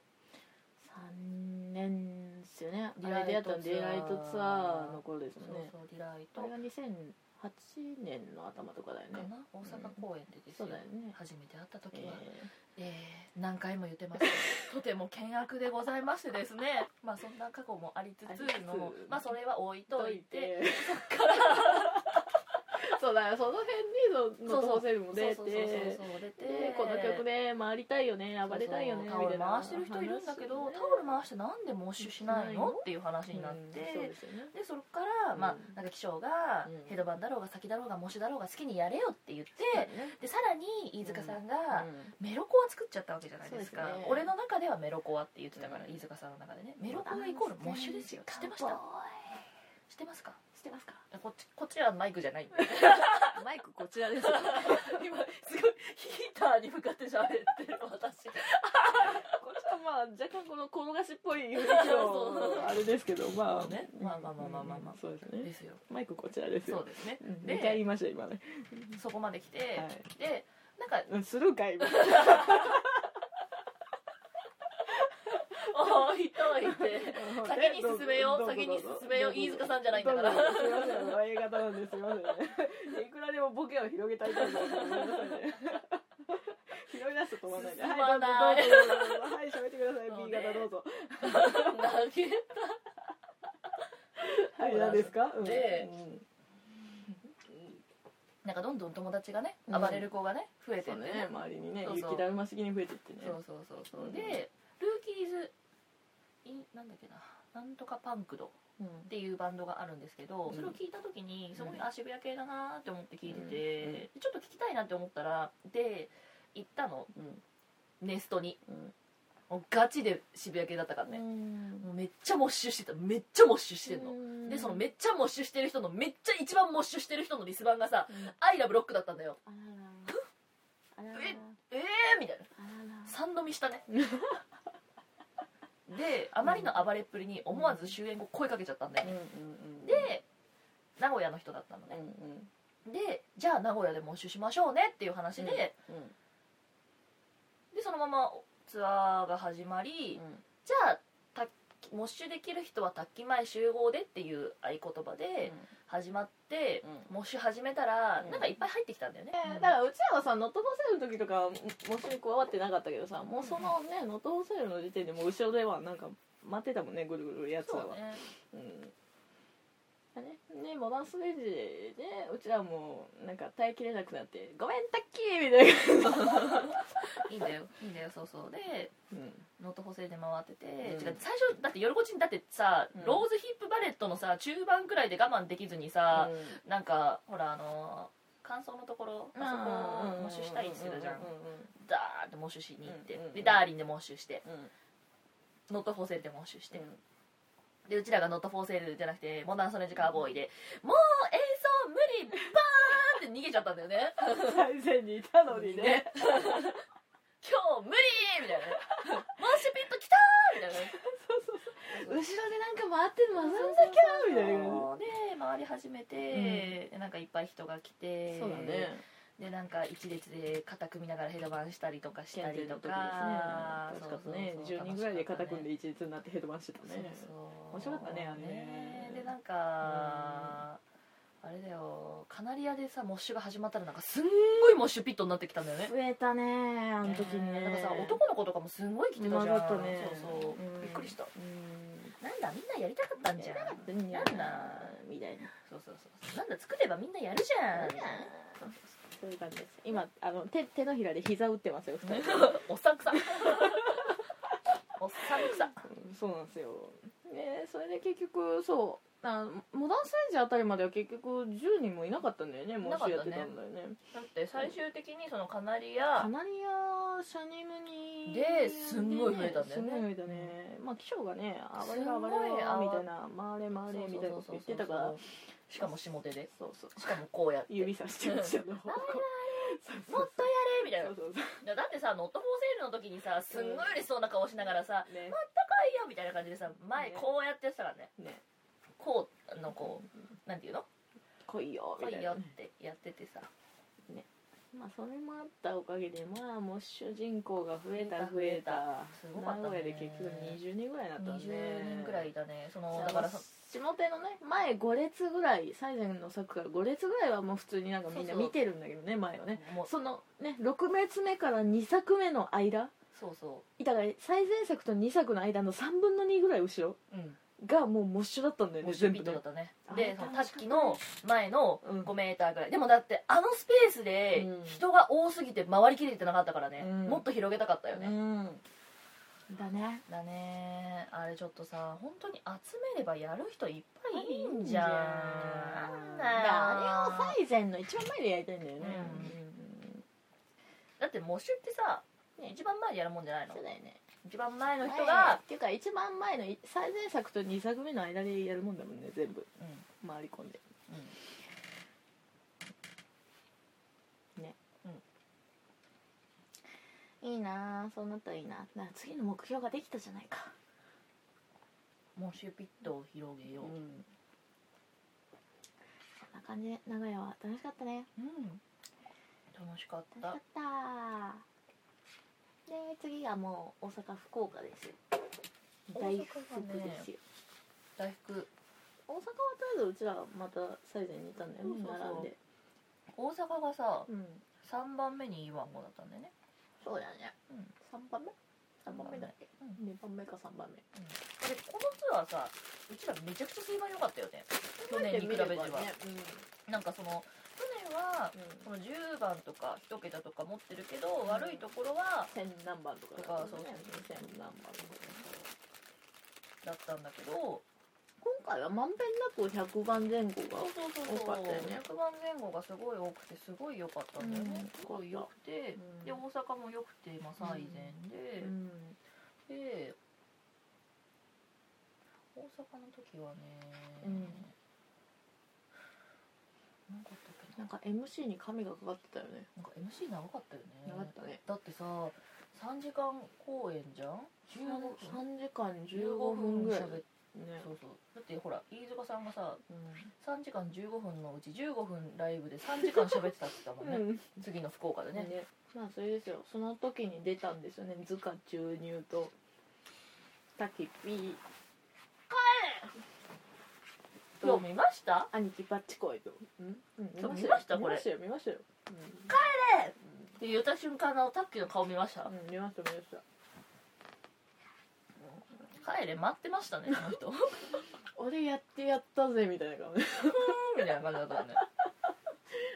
[SPEAKER 1] 3年ですよね
[SPEAKER 2] リ
[SPEAKER 1] あ
[SPEAKER 2] ライ
[SPEAKER 1] れ
[SPEAKER 2] ト
[SPEAKER 1] 出会ったのデイ
[SPEAKER 2] ツアー
[SPEAKER 1] ライトツアーの頃です
[SPEAKER 2] そう
[SPEAKER 1] もんね
[SPEAKER 2] そうリライト
[SPEAKER 1] あれが2008年の頭とかだよ
[SPEAKER 2] か
[SPEAKER 1] ね
[SPEAKER 2] な大阪公演でです
[SPEAKER 1] そ
[SPEAKER 2] よ
[SPEAKER 1] うだよね
[SPEAKER 2] 初めて会った時
[SPEAKER 1] え
[SPEAKER 2] は、えー何回も言っ
[SPEAKER 1] (laughs)
[SPEAKER 2] てますけどとても険悪でございましてですね (laughs) まあそんな過去もありつつ
[SPEAKER 1] ありつつ
[SPEAKER 2] のまあそれは置い
[SPEAKER 1] ー
[SPEAKER 2] (laughs) といて
[SPEAKER 1] といてだからその辺にその
[SPEAKER 2] そうそう
[SPEAKER 1] 当選も出て
[SPEAKER 2] そうそうそうそう出て
[SPEAKER 1] でこの曲で回りたいよね暴れたいよねみ
[SPEAKER 2] そうそう
[SPEAKER 1] たいな
[SPEAKER 2] タオル回してる人いるんだけど、
[SPEAKER 1] 話
[SPEAKER 2] タオル回してなんで募集しないのっていう話になって、
[SPEAKER 1] うんそうですよね
[SPEAKER 2] でそこから、
[SPEAKER 1] うん
[SPEAKER 2] まあ、なんか気象が、
[SPEAKER 1] うん
[SPEAKER 2] ヘドバンだろうが先だろうが模試だろうが好きにやれよって言って、でさらに飯塚さんが、メロコア作っちゃったわけじゃないですか
[SPEAKER 1] そうですね
[SPEAKER 2] 俺の中ではメロコアって言ってたから、
[SPEAKER 1] うん
[SPEAKER 2] 飯塚さんの中でねメロコアイコールモッシュですよ知ってました知ってますか
[SPEAKER 1] 知ってますか
[SPEAKER 2] こっちこっちはマイクじゃ (laughs) ない
[SPEAKER 1] マイクこちらです
[SPEAKER 2] 今すごいヒーターに向かって喋ってる私
[SPEAKER 1] これはまあ若干この転がしっぽい雰囲気 (laughs)
[SPEAKER 2] そう
[SPEAKER 1] のあれですけどまあ
[SPEAKER 2] ねまあまあまあまあまあまあ
[SPEAKER 1] そうですね
[SPEAKER 2] ですよ
[SPEAKER 1] マイクこちらです
[SPEAKER 2] そう
[SPEAKER 1] よ
[SPEAKER 2] ですね
[SPEAKER 1] うん
[SPEAKER 2] で
[SPEAKER 1] 二回言いました今ね
[SPEAKER 2] そこまで来て、
[SPEAKER 1] はい
[SPEAKER 2] でな
[SPEAKER 1] (laughs)
[SPEAKER 2] んか
[SPEAKER 1] うんするか今
[SPEAKER 2] 置いといて先に進めよう先に進めよう飯塚さんじゃないんだから
[SPEAKER 1] どうぞすいませんお A 型なんですいませんねいくらでもボケを広げたいと思いますごめんなさいね拾い出すと思わないで
[SPEAKER 2] 進まな
[SPEAKER 1] は
[SPEAKER 2] い
[SPEAKER 1] いどうぞどうぞどうぞはい喋ってください
[SPEAKER 2] そう
[SPEAKER 1] B
[SPEAKER 2] ね
[SPEAKER 1] 型どうぞ
[SPEAKER 2] (laughs) 投げ
[SPEAKER 1] はい何ですかうん
[SPEAKER 2] で
[SPEAKER 1] うん
[SPEAKER 2] なんかどんどん友達がね
[SPEAKER 1] うん
[SPEAKER 2] 暴れる子がね増えて
[SPEAKER 1] そ
[SPEAKER 2] っ
[SPEAKER 1] う
[SPEAKER 2] て
[SPEAKER 1] ね
[SPEAKER 2] ね
[SPEAKER 1] 周りにね
[SPEAKER 2] そうそう
[SPEAKER 1] 雪だるま式に増えてってね
[SPEAKER 2] そうそうそうそう、
[SPEAKER 1] うん
[SPEAKER 2] でルーキーズインなんだっけななんとかパンクド
[SPEAKER 1] うん
[SPEAKER 2] っていうバンドがあるんですけど、
[SPEAKER 1] うん
[SPEAKER 2] それを聞いた時にすごい、
[SPEAKER 1] うん
[SPEAKER 2] あ渋谷系だなって思って聞いて
[SPEAKER 1] う
[SPEAKER 2] て、
[SPEAKER 1] ん
[SPEAKER 2] でちょっと聞きたいなって思ったらで行ったの
[SPEAKER 1] うん
[SPEAKER 2] ネストに
[SPEAKER 1] うん
[SPEAKER 2] もうガチで渋谷系だったからね、
[SPEAKER 1] ね
[SPEAKER 2] もうめっちゃモッシュしてためっちゃモッシュしてんの、
[SPEAKER 1] の
[SPEAKER 2] でそのめっちゃモッシュしてる人のめっちゃ一番モッシュしてる人のリス版がさ
[SPEAKER 1] うん
[SPEAKER 2] 「アイラブロック」だったんだよ
[SPEAKER 1] あらら
[SPEAKER 2] ええー、みたいな
[SPEAKER 1] あらら
[SPEAKER 2] 三度
[SPEAKER 1] (laughs)
[SPEAKER 2] 見したねであまりの暴れっぷりに思わず終演後声かけちゃったんだよ
[SPEAKER 1] う
[SPEAKER 2] ね、
[SPEAKER 1] んうんうん
[SPEAKER 2] で名古屋の人だったの
[SPEAKER 1] う
[SPEAKER 2] ね、
[SPEAKER 1] んうん
[SPEAKER 2] でじゃあ名古屋で募集しましょうねっていう話で、
[SPEAKER 1] うん
[SPEAKER 2] でそのままツアーが始まり、
[SPEAKER 1] うん
[SPEAKER 2] じゃあた募集できる人は卓球前集合でっていう合言葉で始まって、
[SPEAKER 1] うん
[SPEAKER 2] 募集始めたら、
[SPEAKER 1] うん
[SPEAKER 2] なんかいっぱい入ってきたんだよね、
[SPEAKER 1] ねだからうちらはさ能登ホセールの時とかはももちろん加わってなかったけどさもうそのね能登ホセールの時点でもう後ろではなんか待ってたもんねぐるぐるやつ
[SPEAKER 2] そ
[SPEAKER 1] らは
[SPEAKER 2] うね
[SPEAKER 1] うんねねモダンステージでうちらもなんか耐えきれなくなって「ごめんタッキー!」みたいな、
[SPEAKER 2] いいんだよいいんだよそうそうで
[SPEAKER 1] うん、
[SPEAKER 2] ノート補正で回ってて、
[SPEAKER 1] うん
[SPEAKER 2] てか最初だって夜ごちにだってさ、
[SPEAKER 1] うん
[SPEAKER 2] ローズヒップバレットのさ中盤くらいで我慢できずにさ、なんかほらあのー感想のところあそこを募集したいって言ってたじゃん、ダーって募集しに行って、
[SPEAKER 1] うんうんうん
[SPEAKER 2] でダーリンで募集して
[SPEAKER 1] うんうん
[SPEAKER 2] ノットフォーセルで募集して、でうちらがノットフォーセルじゃなくてモダンソネジカーボーイでもう演奏無理バーンって逃げちゃったんだよね
[SPEAKER 1] 最前にいたのにね
[SPEAKER 2] (laughs) 今日無理みたいな
[SPEAKER 1] (laughs)
[SPEAKER 2] マッシュピット来たーみたいな
[SPEAKER 1] そうそうそう後ろでなんか回ってるの忘れなきゃみたいな感
[SPEAKER 2] で回り始めて、でなんかいっぱい人が来て
[SPEAKER 1] じそうだね
[SPEAKER 2] でなんか一列で肩組みながらヘドバンしたりとかしたりとか
[SPEAKER 1] 楽しかったね10人ぐらいで肩組んで一列になってヘッドバンしてた
[SPEAKER 2] そう
[SPEAKER 1] ね
[SPEAKER 2] そう
[SPEAKER 1] 面白かったねあれね
[SPEAKER 2] でなんか、あれだよカナリアでさモッシュが始まったらなんかすんごいモッシュピットになってきたんだよね
[SPEAKER 1] 増えたねあ
[SPEAKER 2] あ
[SPEAKER 1] の時ね
[SPEAKER 2] なんかさ男の子とかもすんごい来てたじゃん
[SPEAKER 1] 暇だったね
[SPEAKER 2] そうそう、
[SPEAKER 1] うん
[SPEAKER 2] びっくりした
[SPEAKER 1] うん
[SPEAKER 2] なんだみんなやりたかったんじゃん
[SPEAKER 1] 何
[SPEAKER 2] や
[SPEAKER 1] や
[SPEAKER 2] んな
[SPEAKER 1] なみたいな
[SPEAKER 2] そうそうそうなんだ作ればみんなやるじゃんそうそうそう
[SPEAKER 1] そういう感じです今あの手手のひらで膝打ってますよ二人
[SPEAKER 2] (laughs) おっさんくさおっさんくさ
[SPEAKER 1] うんそうなんですよねそれで結局そうあのモダンスレンジあたりまでは結局10人もいなかったんだよねもう週やってたんだよね
[SPEAKER 2] だって最終的にそのカナリ
[SPEAKER 1] カ
[SPEAKER 2] ア
[SPEAKER 1] ナリアシャニムニ
[SPEAKER 2] ですんごい増えたんだよね
[SPEAKER 1] すんごい増えたねまあ気象がね暴れ
[SPEAKER 2] す
[SPEAKER 1] ろ
[SPEAKER 2] んごい
[SPEAKER 1] 暴れろ
[SPEAKER 2] 暴れ
[SPEAKER 1] みたいな回れ回れみたいなこと言ってたから
[SPEAKER 2] しかも下手で
[SPEAKER 1] そうそう
[SPEAKER 2] しかもこうやって
[SPEAKER 1] 指さしてましたの方向
[SPEAKER 2] もっとやれみたい
[SPEAKER 1] そうそうそう
[SPEAKER 2] なだってさノットフォーセールの時にさすんごい嬉しそうな顔しながらさ「
[SPEAKER 1] ね
[SPEAKER 2] あったかいよ」みたいな感じでさ前
[SPEAKER 1] ね
[SPEAKER 2] こうやってやってたからね
[SPEAKER 1] ね
[SPEAKER 2] こうあのこうなんていうの
[SPEAKER 1] 来いよみ
[SPEAKER 2] こう
[SPEAKER 1] たい
[SPEAKER 2] よ
[SPEAKER 1] な
[SPEAKER 2] っ
[SPEAKER 1] ね
[SPEAKER 2] てやっててさ
[SPEAKER 1] まあそれもあったおかげでまあもう主人口が増えた増えた
[SPEAKER 2] すごかったね
[SPEAKER 1] 名古屋で結局20人ぐらいになったんで
[SPEAKER 2] 20人くらいいたねそ
[SPEAKER 1] だ
[SPEAKER 2] のだ
[SPEAKER 1] か
[SPEAKER 2] からら
[SPEAKER 1] そ
[SPEAKER 2] そ
[SPEAKER 1] 下手のね前5列ぐらい最前の作から5列ぐらいはもう普通になんかみんな
[SPEAKER 2] そうそう
[SPEAKER 1] 見てるんだけどね前をね
[SPEAKER 2] もう
[SPEAKER 1] そのね6列目から2作目の間
[SPEAKER 2] そうそ
[SPEAKER 1] だから最前作と2作の間の3分の2ぐらい後ろ
[SPEAKER 2] ううん
[SPEAKER 1] がもうモッシュだったんだよ
[SPEAKER 2] モ
[SPEAKER 1] ね
[SPEAKER 2] ッシュ
[SPEAKER 1] 全
[SPEAKER 2] ピ
[SPEAKER 1] 部
[SPEAKER 2] ットだ
[SPEAKER 1] ね
[SPEAKER 2] った
[SPEAKER 1] あー
[SPEAKER 2] ねでそのタッキの前の
[SPEAKER 1] うん
[SPEAKER 2] 5メーターぐらいでもだってあのスペースで
[SPEAKER 1] うん
[SPEAKER 2] 人が多すぎて回りきれてなかったからね、
[SPEAKER 1] うん
[SPEAKER 2] もっと広げたかったよね、
[SPEAKER 1] うんだね
[SPEAKER 2] だねあれちょっとさ本当に集めればやる人いっぱい
[SPEAKER 1] い
[SPEAKER 2] い
[SPEAKER 1] い
[SPEAKER 2] ん
[SPEAKER 1] ん
[SPEAKER 2] じ
[SPEAKER 1] じ
[SPEAKER 2] ゃ
[SPEAKER 1] ゃ
[SPEAKER 2] ん
[SPEAKER 1] ん
[SPEAKER 2] なんだよ
[SPEAKER 1] あれを最善の一番前でやりたいんだよね
[SPEAKER 2] だって喪主ってさ、
[SPEAKER 1] ね
[SPEAKER 2] 一番前でやるもんじゃない
[SPEAKER 1] うん
[SPEAKER 2] の
[SPEAKER 1] そうだよね
[SPEAKER 2] 一番前の人
[SPEAKER 1] 前
[SPEAKER 2] が
[SPEAKER 1] っ、ていうか一番前のい最前作と2作目の間でやるもんだもんね全部
[SPEAKER 2] うん
[SPEAKER 1] 回り込んでいいなあそうなったらいいななあ次の目標ができたじゃないか
[SPEAKER 2] うん、喪主ピットを広げよう、うん
[SPEAKER 1] そんな感じで名古屋は楽しかったね
[SPEAKER 2] 楽しかっ
[SPEAKER 1] 楽
[SPEAKER 2] た
[SPEAKER 1] しかったで次がもう大阪福岡ですよ
[SPEAKER 2] 大阪が
[SPEAKER 1] 大
[SPEAKER 2] ね
[SPEAKER 1] 福ですよ
[SPEAKER 2] 大福
[SPEAKER 1] 大阪はとりあえずうちらまた最前にいたんだよね
[SPEAKER 2] そうそうそう
[SPEAKER 1] 並んで
[SPEAKER 2] 大阪がさ
[SPEAKER 1] うん
[SPEAKER 2] 3番目にいいワンゴだったんだよね
[SPEAKER 1] そうだね、
[SPEAKER 2] うん
[SPEAKER 1] 三3番目3番目だっけ、
[SPEAKER 2] うん
[SPEAKER 1] 二2番目か3番目
[SPEAKER 2] でこのツアーさうちらめちゃくちゃ水盤良かったよね去年に比べては
[SPEAKER 1] 見ればね
[SPEAKER 2] なんかその去年は
[SPEAKER 1] うん、
[SPEAKER 2] この10番とか1桁とか持ってるけど、
[SPEAKER 1] ん
[SPEAKER 2] 悪いところは
[SPEAKER 1] 千何番とか
[SPEAKER 2] とかそう
[SPEAKER 1] 千何番とか
[SPEAKER 2] だったんだけど
[SPEAKER 1] 今回はまんべんなく100番前後が
[SPEAKER 2] そうそうそう
[SPEAKER 1] 多
[SPEAKER 2] そう
[SPEAKER 1] かったよね
[SPEAKER 2] 100番前後がすごい多くてすごい良かったんだよね、
[SPEAKER 1] うん
[SPEAKER 2] すごい良くて、
[SPEAKER 1] うん
[SPEAKER 2] で大阪も良くて、まあ、最前で、
[SPEAKER 1] うん
[SPEAKER 2] で大阪の時はね、
[SPEAKER 1] うん
[SPEAKER 2] なんかあったっけな
[SPEAKER 1] なんか MC に神がかかってたよね
[SPEAKER 2] なんか MC 長かったよね
[SPEAKER 1] 長かったね
[SPEAKER 2] だってさ3時間公演じゃん15分
[SPEAKER 1] 3時間15
[SPEAKER 2] 15
[SPEAKER 1] 分
[SPEAKER 2] 分
[SPEAKER 1] ぐ
[SPEAKER 2] ぐ
[SPEAKER 1] ら
[SPEAKER 2] ら
[SPEAKER 1] い
[SPEAKER 2] い
[SPEAKER 1] だね
[SPEAKER 2] そうそうだってほら飯塚さんがさ
[SPEAKER 1] う
[SPEAKER 2] 3時間15分のうち15分ライブで3時間喋ってたって言ってたもんね、
[SPEAKER 1] ん
[SPEAKER 2] 次の福岡で
[SPEAKER 1] ね
[SPEAKER 2] ね
[SPEAKER 1] まあそれですよその時に出たんですよね塚注入と滝ピー
[SPEAKER 2] 今
[SPEAKER 1] と
[SPEAKER 2] 日見ました
[SPEAKER 1] 兄貴バッチコイと、うんうん、
[SPEAKER 2] そう見ました
[SPEAKER 1] 見
[SPEAKER 2] これ
[SPEAKER 1] ましたよ見ましたよ、
[SPEAKER 2] って言った瞬間のタッキーの顔見ました、
[SPEAKER 1] うんうん、見ました見ました
[SPEAKER 2] 帰れ待ってましたねこの人 (laughs)
[SPEAKER 1] 俺やってやったぜみたいな感じ (laughs)
[SPEAKER 2] みたいな感じだったよね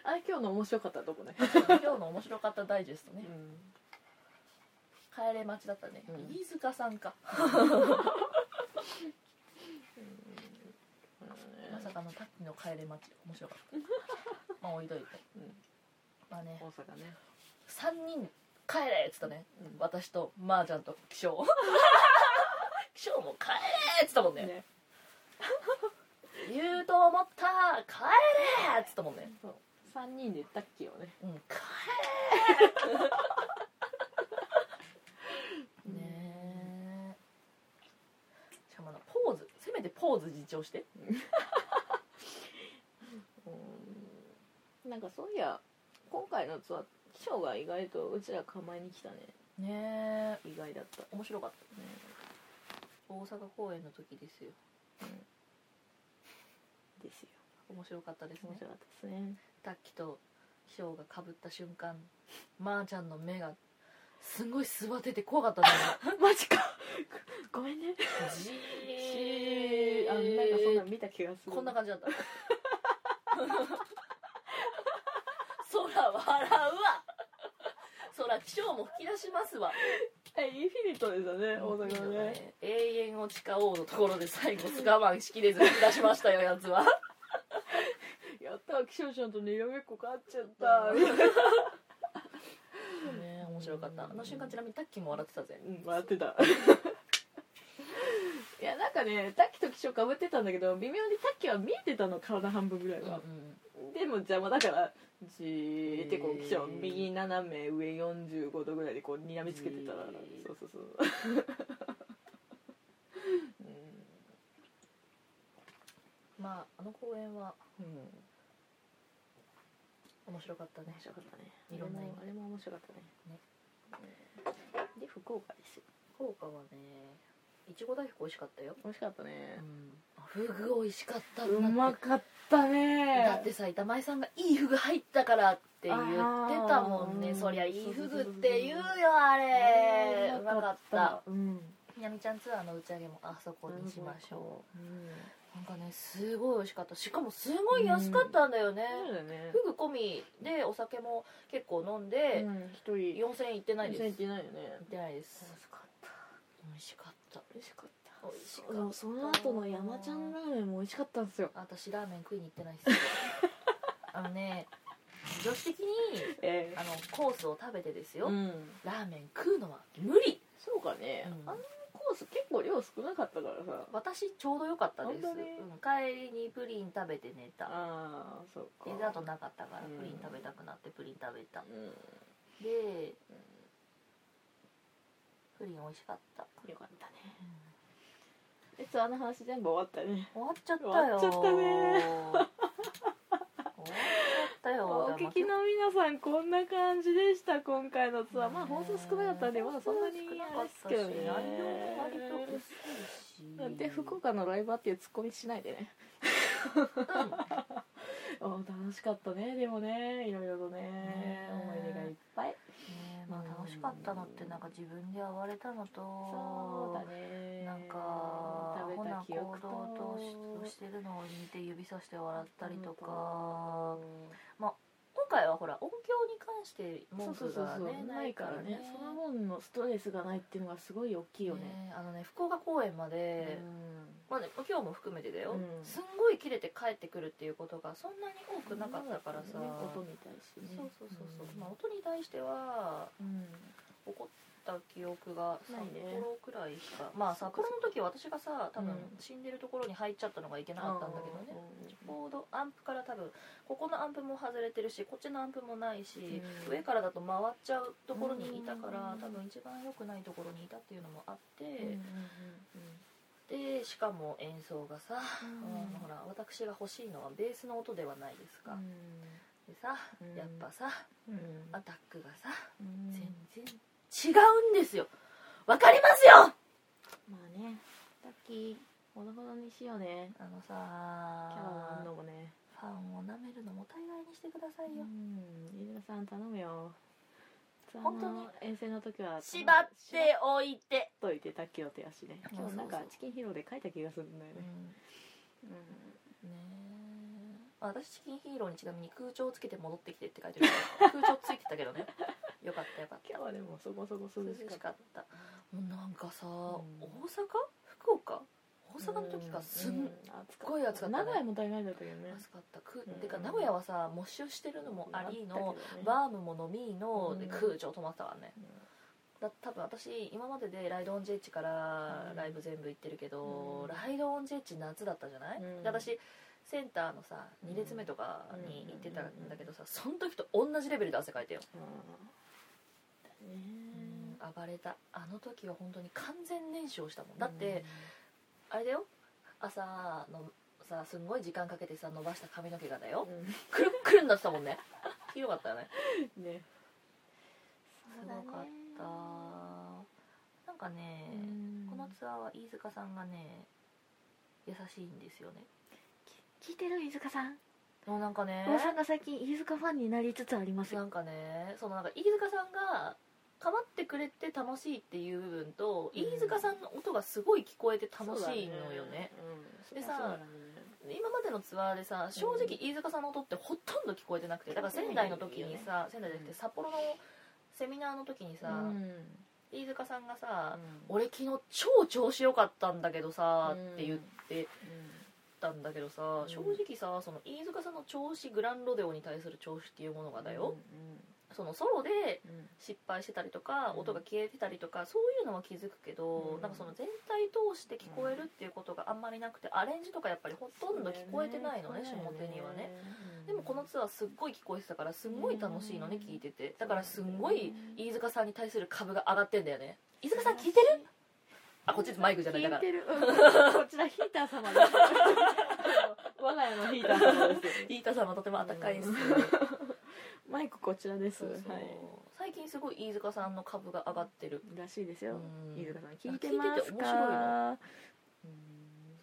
[SPEAKER 1] あれ今日の面白かったとこね、
[SPEAKER 2] 今日の面白かったダイジェストね
[SPEAKER 1] う
[SPEAKER 2] 帰れ待ちだったね、
[SPEAKER 1] うん
[SPEAKER 2] 飯塚さんか
[SPEAKER 1] ん
[SPEAKER 2] まさかのタッキーの帰れ待ち面白か (laughs) ったまあ置いといて、
[SPEAKER 1] うん
[SPEAKER 2] まあね
[SPEAKER 1] 大阪ね、
[SPEAKER 2] 3人帰れっつったね
[SPEAKER 1] うん
[SPEAKER 2] 私と麻雀と気 (laughs) 象気象も帰れっつったもんね
[SPEAKER 1] ね
[SPEAKER 2] 言うと思った帰れっつったもんね
[SPEAKER 1] そう3人でタッキーをね
[SPEAKER 2] うん帰れねえしかもあのポーズせめてポーズ自重して
[SPEAKER 1] うんなんかそういや今回のツアー師匠が意外とうちら構えに来たね
[SPEAKER 2] ねえ
[SPEAKER 1] 意外だった
[SPEAKER 2] 面白かっ
[SPEAKER 1] ね
[SPEAKER 2] た大阪公演の時ですよ
[SPEAKER 1] ですよ
[SPEAKER 2] 面白かったですね
[SPEAKER 1] 面白かったですね (laughs)
[SPEAKER 2] タッキと師匠がかぶった瞬間まーちゃんの目がすごいすばってて怖かったんだよね
[SPEAKER 1] マジか (laughs) ごめんね
[SPEAKER 2] じ
[SPEAKER 1] し
[SPEAKER 2] ー
[SPEAKER 1] あなんかそんなん見た気がする
[SPEAKER 2] こんな感じだった空笑うわ空気象も吹き出しますわ
[SPEAKER 1] えインフィニットですよね大阪のね
[SPEAKER 2] 永遠を誓おうのところで最後我慢しきれず吹き出しましたよやつ (laughs) は
[SPEAKER 1] やったー気象ちゃんとにらめっこかっちゃったみたいな
[SPEAKER 2] ね面白かったあの瞬間ちなみにタッキーも笑ってたぜ
[SPEAKER 1] うん笑ってた (laughs) いやなんかねタッキと気象かぶってたんだけど微妙にタッキは見えてたの体半分ぐらいは、でも邪魔だからじーってこう気象右斜め上45度ぐらいでこう睨みつけてたら
[SPEAKER 2] へー
[SPEAKER 1] そうそう (laughs) そう
[SPEAKER 2] まああの公演は
[SPEAKER 1] うん、うん、
[SPEAKER 2] 面白かったね
[SPEAKER 1] 面白かったね
[SPEAKER 2] いろんな意味
[SPEAKER 1] あれも面白かったね
[SPEAKER 2] ね
[SPEAKER 1] うんで福岡ですよ
[SPEAKER 2] 福岡はねいちご大福美味しかったよ、
[SPEAKER 1] 美味しかったね
[SPEAKER 2] フグ美味しかった
[SPEAKER 1] うまかったね
[SPEAKER 2] だってさ板前さんが「いいフグ入ったから」って言ってたもん
[SPEAKER 1] あ
[SPEAKER 2] ね
[SPEAKER 1] ー
[SPEAKER 2] そりゃいいフグって言うよあ
[SPEAKER 1] あれ
[SPEAKER 2] れうまかった
[SPEAKER 1] うん
[SPEAKER 2] うひなみちゃんツアーの打ち上げもあそこにしましょ
[SPEAKER 1] う、うん、
[SPEAKER 2] うなんかねすごい美味しかったしかもすごい安かったんだよね、
[SPEAKER 1] そうだね
[SPEAKER 2] フグ込みでお酒も結構飲んで、
[SPEAKER 1] うん一人
[SPEAKER 2] 4000円いってないです
[SPEAKER 1] 全然
[SPEAKER 2] い
[SPEAKER 1] 行
[SPEAKER 2] っ
[SPEAKER 1] ってないよね
[SPEAKER 2] てないです
[SPEAKER 1] かった
[SPEAKER 2] 美味しかった
[SPEAKER 1] 美味しかった
[SPEAKER 2] 美味しかった
[SPEAKER 1] そうその後の山ちゃんラーメンも美味しかったんですよ
[SPEAKER 2] あ私ラーメン食いに行ってな
[SPEAKER 1] (laughs)
[SPEAKER 2] いですあのね女子的に
[SPEAKER 1] え
[SPEAKER 2] あのコースを食べてですよ、
[SPEAKER 1] うん
[SPEAKER 2] ラーメン食うのは無理
[SPEAKER 1] そうかね、
[SPEAKER 2] うん
[SPEAKER 1] あのコース結構量少なかったからさ
[SPEAKER 2] 私ちょうど良かったです、
[SPEAKER 1] 本当に
[SPEAKER 2] うん帰りにプリン食べて寝た
[SPEAKER 1] ああそうか
[SPEAKER 2] デザートなかったから
[SPEAKER 1] うん
[SPEAKER 2] プリン食べたくなってプリン食べた
[SPEAKER 1] うん
[SPEAKER 2] でプリン美味しかった
[SPEAKER 1] よかったねえツアーの話全部終わったね
[SPEAKER 2] 終わっちゃったよ
[SPEAKER 1] 終わっちゃったね
[SPEAKER 2] (laughs) 終わっちゃったよ
[SPEAKER 1] (laughs) お聞きの皆さんこんな感じでした今回のツアーまあ放送少なかったんでまだそんなにあれですけどね
[SPEAKER 2] 内容も割と薄いし
[SPEAKER 1] で福岡のライバーっていうツッコミしないでね (laughs) お楽しかったねでもねいろいろとね
[SPEAKER 2] ね
[SPEAKER 1] 思い出がいっぱい
[SPEAKER 2] ねまあ楽しかったのってなんか自分で暴れたのと
[SPEAKER 1] そうだね
[SPEAKER 2] なんか
[SPEAKER 1] 食
[SPEAKER 2] ほ
[SPEAKER 1] べ
[SPEAKER 2] な
[SPEAKER 1] た記
[SPEAKER 2] 行
[SPEAKER 1] 憶
[SPEAKER 2] 動とし
[SPEAKER 1] と
[SPEAKER 2] してるのを見て指さして笑ったりと
[SPEAKER 1] う
[SPEAKER 2] か
[SPEAKER 1] ん
[SPEAKER 2] 今回はほら音響に関して
[SPEAKER 1] そ
[SPEAKER 2] 文
[SPEAKER 1] うそう
[SPEAKER 2] 句
[SPEAKER 1] そう
[SPEAKER 2] が
[SPEAKER 1] そう
[SPEAKER 2] ね
[SPEAKER 1] ないからねその分のストレスがないっていうのがすごい大きいよね
[SPEAKER 2] ねあのね福岡公演まで、
[SPEAKER 1] うん
[SPEAKER 2] まあね、今日も含めてだよ、
[SPEAKER 1] うん
[SPEAKER 2] すんごい切れて帰ってくるっていうことがそんなに多くなかったからさ、
[SPEAKER 1] ね音みたいしね
[SPEAKER 2] そうそうそうそう、
[SPEAKER 1] ん
[SPEAKER 2] まあ、音に対しては
[SPEAKER 1] うん
[SPEAKER 2] 怒った記憶が札
[SPEAKER 1] ないね
[SPEAKER 2] 幌くらいしか、まあ札幌の時は私がさ多分
[SPEAKER 1] うん
[SPEAKER 2] 死んでるところに入っちゃったのがいけなかったんだけどね、コードアンプから多分ここのアンプも外れてるしこっちのアンプもないし、
[SPEAKER 1] うん
[SPEAKER 2] 上からだと回っちゃうところにいたから、
[SPEAKER 1] うん
[SPEAKER 2] 多分一番良くないところにいたっていうのもあっ
[SPEAKER 1] うんうんうん
[SPEAKER 2] て、
[SPEAKER 1] うん
[SPEAKER 2] でしかも演奏がさ、うんほ
[SPEAKER 1] う
[SPEAKER 2] ら私が欲しいのはベースの音ではないですか、
[SPEAKER 1] ん
[SPEAKER 2] でさ
[SPEAKER 1] うん
[SPEAKER 2] やっぱさ、
[SPEAKER 1] うん
[SPEAKER 2] アタックがさ
[SPEAKER 1] うん
[SPEAKER 2] 全然違うんですよわかりますよ
[SPEAKER 1] まあねさっきほどほどにしようね
[SPEAKER 2] あの
[SPEAKER 1] キャラもあ
[SPEAKER 2] さ
[SPEAKER 1] んのもね
[SPEAKER 2] ファンをなめるのも大概にしてくださいよ、
[SPEAKER 1] うん飯田さん頼むよ
[SPEAKER 2] 本当に
[SPEAKER 1] あの遠征の時は
[SPEAKER 2] 縛っておいて
[SPEAKER 1] っといてタッキーの手足ね
[SPEAKER 2] そうそ
[SPEAKER 1] 今
[SPEAKER 2] うそう
[SPEAKER 1] 日なんかチキンヒーローで書いた気がするんだよねうん
[SPEAKER 2] ねえ私チキンヒーローにちなみに空調をつけて戻ってきてって書いてるから (laughs) 空調ついてたけどねよかったよかった
[SPEAKER 1] 今日はでもそこそこ涼
[SPEAKER 2] 涼
[SPEAKER 1] しか
[SPEAKER 2] し
[SPEAKER 1] っ
[SPEAKER 2] か
[SPEAKER 1] た
[SPEAKER 2] ったもうなんかさ、
[SPEAKER 1] ん
[SPEAKER 2] 大阪福岡大阪の時からすん、
[SPEAKER 1] うん
[SPEAKER 2] ごい暑かった
[SPEAKER 1] 名
[SPEAKER 2] ね
[SPEAKER 1] 古屋も大概だったけどね
[SPEAKER 2] 暑かったく、
[SPEAKER 1] うん
[SPEAKER 2] てか名古屋はさ没収してるのもありの、
[SPEAKER 1] ー
[SPEAKER 2] バームも飲みの、で
[SPEAKER 1] うん
[SPEAKER 2] 空調止まったからねだ多分私今まででライドオンジェッチから
[SPEAKER 1] うん
[SPEAKER 2] ライブ全部行ってるけど、
[SPEAKER 1] うん
[SPEAKER 2] ライドオンジェッチ夏だったじゃない、
[SPEAKER 1] うん
[SPEAKER 2] で私センターのさ2列目とかに行ってたんだけどさその時と同じレベルで汗かいたよ、暴れたあの時は本当に完全燃焼したもんだって、あれだよ朝のさすんごい時間かけてさ伸ばした髪の毛がだよくるっくるになってたも
[SPEAKER 1] (laughs)
[SPEAKER 2] んねひどかったよね
[SPEAKER 1] うん (laughs) ね
[SPEAKER 2] すごかったなんかね、このツアーは飯塚さんがね優しいんですよね
[SPEAKER 1] 聞いてる飯塚さん
[SPEAKER 2] でもなんかね
[SPEAKER 1] おさんが最近飯塚ファンになりつつあります
[SPEAKER 2] なんかねそのなんか飯塚さんが構ってくれて楽しいっていう部分と、
[SPEAKER 1] うん
[SPEAKER 2] 飯塚さんの音がすごい聞こえて楽しいのよね
[SPEAKER 1] そうだねうん
[SPEAKER 2] でさ
[SPEAKER 1] そうだね
[SPEAKER 2] 今までのツアーでさ正直飯塚さんの音ってほとんど聞こえてなくてだから仙台の時にさ仙台じゃなくて札幌のセミナーの時にさ、
[SPEAKER 1] うん
[SPEAKER 2] 飯塚さんがさ
[SPEAKER 1] うん
[SPEAKER 2] 「俺昨日超調子良かったんだけどさ」
[SPEAKER 1] うん
[SPEAKER 2] って言ってたんだけどさ、
[SPEAKER 1] ん
[SPEAKER 2] 正直さその飯塚さんの調子グランロデオに対する調子っていうものがだよ、そのソロで
[SPEAKER 1] うんうん
[SPEAKER 2] 失敗してたりとか
[SPEAKER 1] うん
[SPEAKER 2] 音が消えてたりとか、そういうのは気づくけど、
[SPEAKER 1] うん
[SPEAKER 2] なんかその全体通して聞こえるっていうことがあんまりなくてアレンジとかやっぱりほとんど聞こえてないのね
[SPEAKER 1] そう
[SPEAKER 2] 下
[SPEAKER 1] だよ
[SPEAKER 2] 手にはね
[SPEAKER 1] うん
[SPEAKER 2] でもこのツアーすっごい聞こえてたからすんごい楽しいのね
[SPEAKER 1] うん
[SPEAKER 2] 聞いててだからすんごい飯塚さんに対する株が上がってんだよね飯塚さん聞いてるあこっちマイクじゃない
[SPEAKER 1] 聞い
[SPEAKER 2] だから
[SPEAKER 1] てる、うんこちらヒーター様です我が家のヒーター様です
[SPEAKER 2] 飯田さんはとても温かいです、
[SPEAKER 1] うんマイクこちらです
[SPEAKER 2] そうそう
[SPEAKER 1] はい
[SPEAKER 2] 最近すごい飯塚さんの株が上がってる
[SPEAKER 1] らしいですよ
[SPEAKER 2] うん
[SPEAKER 1] 飯塚さん聞いてますか
[SPEAKER 2] 聞いてて面白
[SPEAKER 1] う
[SPEAKER 2] い
[SPEAKER 1] ん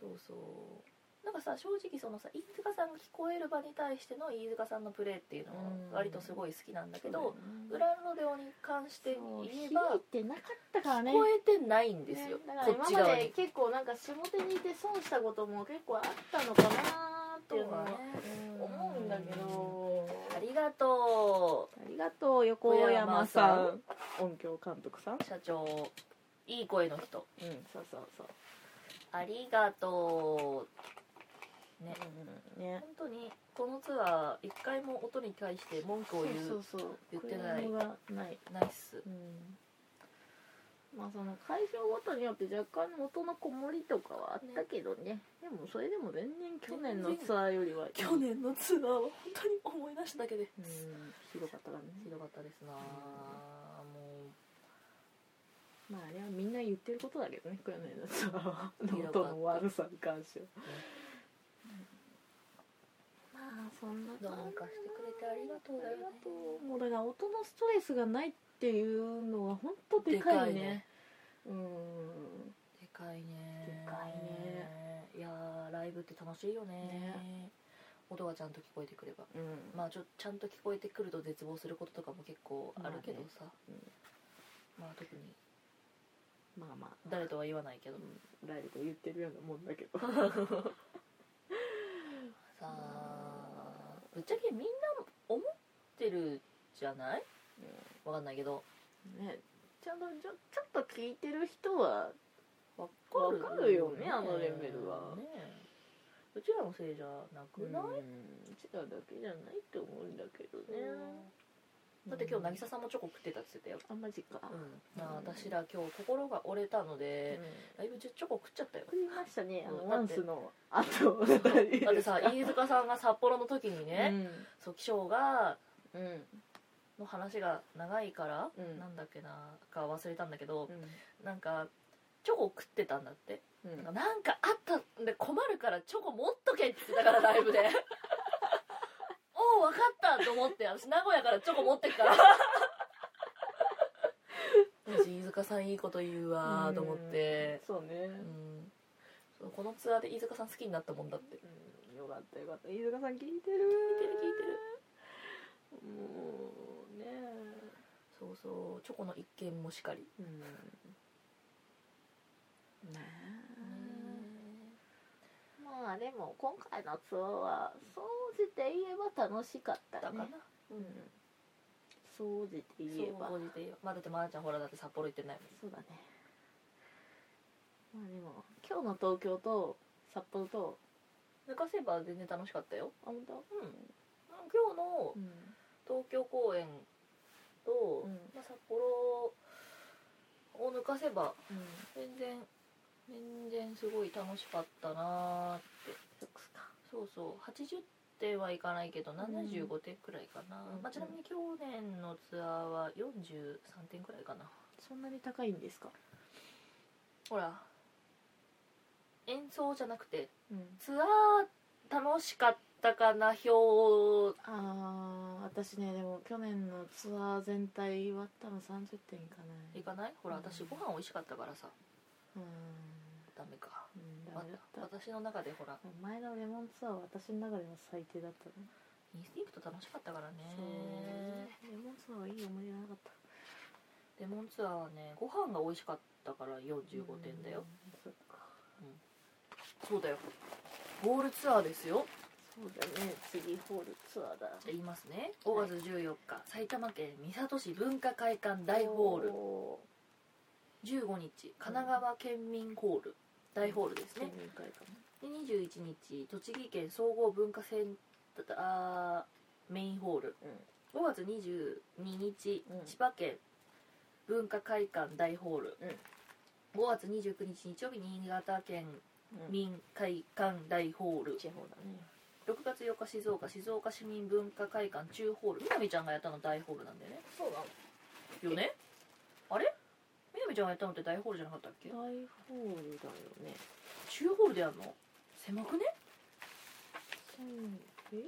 [SPEAKER 2] そうそうなんかさ正直そのさ飯塚さんが聞こえる場に対しての飯塚さんのプレーっていうのは
[SPEAKER 1] うん
[SPEAKER 2] 割とすごい好きなんだ
[SPEAKER 1] そ
[SPEAKER 2] け
[SPEAKER 1] う
[SPEAKER 2] ど
[SPEAKER 1] だよね
[SPEAKER 2] 裏のデオに関して
[SPEAKER 1] そう
[SPEAKER 2] 言え
[SPEAKER 1] 響い
[SPEAKER 2] ば
[SPEAKER 1] てなかったからね
[SPEAKER 2] 聞こえてないんですよ
[SPEAKER 1] ねだから
[SPEAKER 2] こっ
[SPEAKER 1] 今
[SPEAKER 2] ち
[SPEAKER 1] ま
[SPEAKER 2] 側
[SPEAKER 1] で
[SPEAKER 2] に。
[SPEAKER 1] 結構なんか下手にいて損したことも結構あったのかなっていうのは思うんだけど
[SPEAKER 2] ありがと
[SPEAKER 1] ありがとう横山さん音響監督さん
[SPEAKER 2] う社長いい声の人
[SPEAKER 1] うんそうそうそう
[SPEAKER 2] ありがとうね
[SPEAKER 1] うんね
[SPEAKER 2] 本当にこのツアー一回も音に対して文句を言う
[SPEAKER 1] そうそうそう
[SPEAKER 2] 言ってな
[SPEAKER 1] ク
[SPEAKER 2] い
[SPEAKER 1] レームがない
[SPEAKER 2] ナイス
[SPEAKER 1] うんまあその会場ごとによって若干元のこもりとかはあったけどねでもそれでも全然去年のツアーよりはいい
[SPEAKER 2] 去年のツアーは本当に思い出しただけで
[SPEAKER 1] うんひどかったからね
[SPEAKER 2] ひどかったですなあも
[SPEAKER 1] まああれはみんな言ってることだけどね去年のツアーは
[SPEAKER 2] ひどかった
[SPEAKER 1] 元の悪さに関しては、まあそんな
[SPEAKER 2] うどうにかしてくれてありがとうだよね
[SPEAKER 1] ありがとうもうだから音のストレスがないっていうのは本当で
[SPEAKER 2] で
[SPEAKER 1] かいね
[SPEAKER 2] かいね
[SPEAKER 1] うん
[SPEAKER 2] でかいね
[SPEAKER 1] でかい
[SPEAKER 2] ねいやーライブって楽しいよね
[SPEAKER 1] ね
[SPEAKER 2] 音がちゃんと聞こえてくれば
[SPEAKER 1] うん
[SPEAKER 2] まあちょちゃんと聞こえてくると絶望することとかも結構あるけどさ
[SPEAKER 1] まあねうん
[SPEAKER 2] まあ特に
[SPEAKER 1] まあまあ
[SPEAKER 2] 誰とは言わないけど
[SPEAKER 1] ライブと言ってるようなもんだけど
[SPEAKER 2] さあぶっちゃけみんな思ってるじゃないわかんないけど
[SPEAKER 1] ねちゃんとちょちょっと聞いてる人は
[SPEAKER 2] わ
[SPEAKER 1] わかるよねあのレベルは
[SPEAKER 2] ねうちらのせいじゃなくない、
[SPEAKER 1] うんうちらだけじゃないと思うんだけどね、
[SPEAKER 2] だって今日渚さんもチョコ食ってたって言ってたよ、
[SPEAKER 1] あマジか、
[SPEAKER 2] うん、あ私ら今日心が折れたので、だいぶ10チョコ食っちゃ (laughs) ったよ
[SPEAKER 1] 食いましたねあ
[SPEAKER 2] う
[SPEAKER 1] の
[SPEAKER 2] ん
[SPEAKER 1] ワンスのあと
[SPEAKER 2] だってさ飯塚さんが札幌の時にね、そう気象が
[SPEAKER 1] うんうん
[SPEAKER 2] の話が長いから、
[SPEAKER 1] うん
[SPEAKER 2] なんだっけなか忘れたんだけど
[SPEAKER 1] う、ん
[SPEAKER 2] なんかチョコ食ってたんだって、
[SPEAKER 1] うん
[SPEAKER 2] なんかあったんで困るからチョコ持っとけって言ってたからライ (laughs) ブでおお分かったと思って私名古屋からチョコ持ってくから私飯塚さんいいこと言うわーと思って
[SPEAKER 1] そうね
[SPEAKER 2] うん、そうこのツアーで飯塚さん好きになったもんだって聞い
[SPEAKER 1] うんよかったよかった飯塚さん聞いてる聞いてる
[SPEAKER 2] てる聞いてる
[SPEAKER 1] もうね
[SPEAKER 2] そうそうチョコの一件もしかり、
[SPEAKER 1] うんねえまあでも今回のツアーは総じて言えば楽しかったね
[SPEAKER 2] だからな
[SPEAKER 1] うん総じて言えば
[SPEAKER 2] そう応じて言えばまあだってまー、ちゃんほらだって札幌行ってないもん
[SPEAKER 1] そうだねまあでも今日の東京と札幌と
[SPEAKER 2] 抜かせば全然楽しかったよ
[SPEAKER 1] あ本当
[SPEAKER 2] うん今
[SPEAKER 1] う
[SPEAKER 2] 日の
[SPEAKER 1] ん
[SPEAKER 2] 東京公演と、
[SPEAKER 1] うん
[SPEAKER 2] まあ、札幌を抜かせば
[SPEAKER 1] うん
[SPEAKER 2] 全然全然すごい楽しかったなーって
[SPEAKER 1] そっか
[SPEAKER 2] そうそう80点はいかないけど75点くらいかな、
[SPEAKER 1] うん
[SPEAKER 2] まあ、ちなみに去年のツアーは43点くらいかな
[SPEAKER 1] そんなに高いんですか
[SPEAKER 2] ほら演奏じゃなくて
[SPEAKER 1] うん
[SPEAKER 2] ツアー楽しかったかな表
[SPEAKER 1] あー私ねでも去年のツアー全体は多分30点いかない
[SPEAKER 2] いかないほら
[SPEAKER 1] うん
[SPEAKER 2] 私ご飯美味しかったからさ
[SPEAKER 1] うん
[SPEAKER 2] ダメか
[SPEAKER 1] うんダ
[SPEAKER 2] わ
[SPEAKER 1] メだった
[SPEAKER 2] 私の中でほら
[SPEAKER 1] 前のレモンツアーは私の中でも最低だったね
[SPEAKER 2] インスティンクト楽しかったからね
[SPEAKER 1] そうレモンツアーはいい思い出なかった
[SPEAKER 2] レモンツアーはねご飯が美味しかったから45点だ
[SPEAKER 1] う
[SPEAKER 2] よ
[SPEAKER 1] んそっか
[SPEAKER 2] そうだよホールツアーですよ
[SPEAKER 1] そうだね次ホールツアーだ
[SPEAKER 2] 言いますね5月14日埼玉県三郷市文化会館大ホール
[SPEAKER 1] お
[SPEAKER 2] 15日神奈川県民ホール大ホールです
[SPEAKER 1] ー
[SPEAKER 2] ね
[SPEAKER 1] 県民会かな
[SPEAKER 2] で21日栃木県総合文化センターあーメインホール5月22日、
[SPEAKER 1] うん
[SPEAKER 2] 千葉県文化会館大ホール、5月29日日曜日新潟県
[SPEAKER 1] うん
[SPEAKER 2] 民会館大ホール
[SPEAKER 1] 地方だね
[SPEAKER 2] 6月4日静岡静岡市民文化会館中ホールみなみちゃんがやったの大ホールなんだよね
[SPEAKER 1] そうだ
[SPEAKER 2] よねあれみなみちゃんがやったのって大ホールじゃなかったっけ
[SPEAKER 1] 大ホールだよね
[SPEAKER 2] 中ホールでやるの狭くね
[SPEAKER 1] うんえ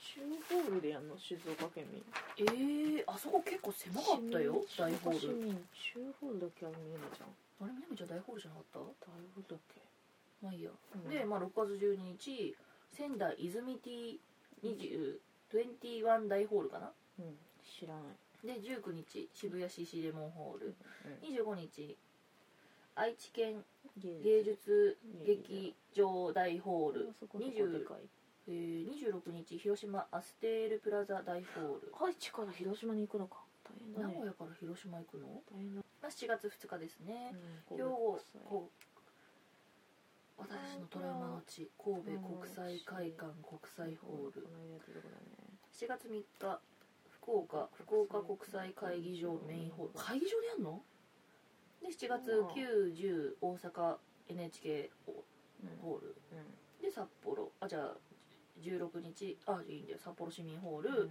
[SPEAKER 1] 中ホールでやんの静岡県民
[SPEAKER 2] えー、あそこ結構狭かったよ
[SPEAKER 1] 市
[SPEAKER 2] 大
[SPEAKER 1] 民
[SPEAKER 2] ホー
[SPEAKER 1] 市
[SPEAKER 2] ル
[SPEAKER 1] 民中ホールだけあるみえなちゃん
[SPEAKER 2] あれみなみちゃん大ホールじゃなかった
[SPEAKER 1] 大ホールだっけ
[SPEAKER 2] まあいいや、
[SPEAKER 1] うん
[SPEAKER 2] で、まあ、6月12日仙台泉 T 20 21大ホールかな
[SPEAKER 1] うん、知らない、
[SPEAKER 2] で19日渋谷 CC レモンホール
[SPEAKER 1] うん
[SPEAKER 2] 25日愛知県芸
[SPEAKER 1] 芸術
[SPEAKER 2] 術劇場大ホール
[SPEAKER 1] そこそこでかい
[SPEAKER 2] えー26日広島アステールプラザ大ホール
[SPEAKER 1] 愛知から広島に行くのか大変だ
[SPEAKER 2] 名
[SPEAKER 1] ね
[SPEAKER 2] 古屋から広島行くの、
[SPEAKER 1] 大変だ
[SPEAKER 2] まあ、7月2日ですね
[SPEAKER 1] うん
[SPEAKER 2] 兵庫
[SPEAKER 1] 神戸国際
[SPEAKER 2] こう私のトラウマの地神戸国際会館国際ホール
[SPEAKER 1] この間やってるとこだね
[SPEAKER 2] 7月3日福岡福岡国際会議場メインホール会議場でやんので7月910大阪 NHK
[SPEAKER 1] うん
[SPEAKER 2] ホールで札幌あじゃあ16日あいいんだよ札幌市民ホール、
[SPEAKER 1] うん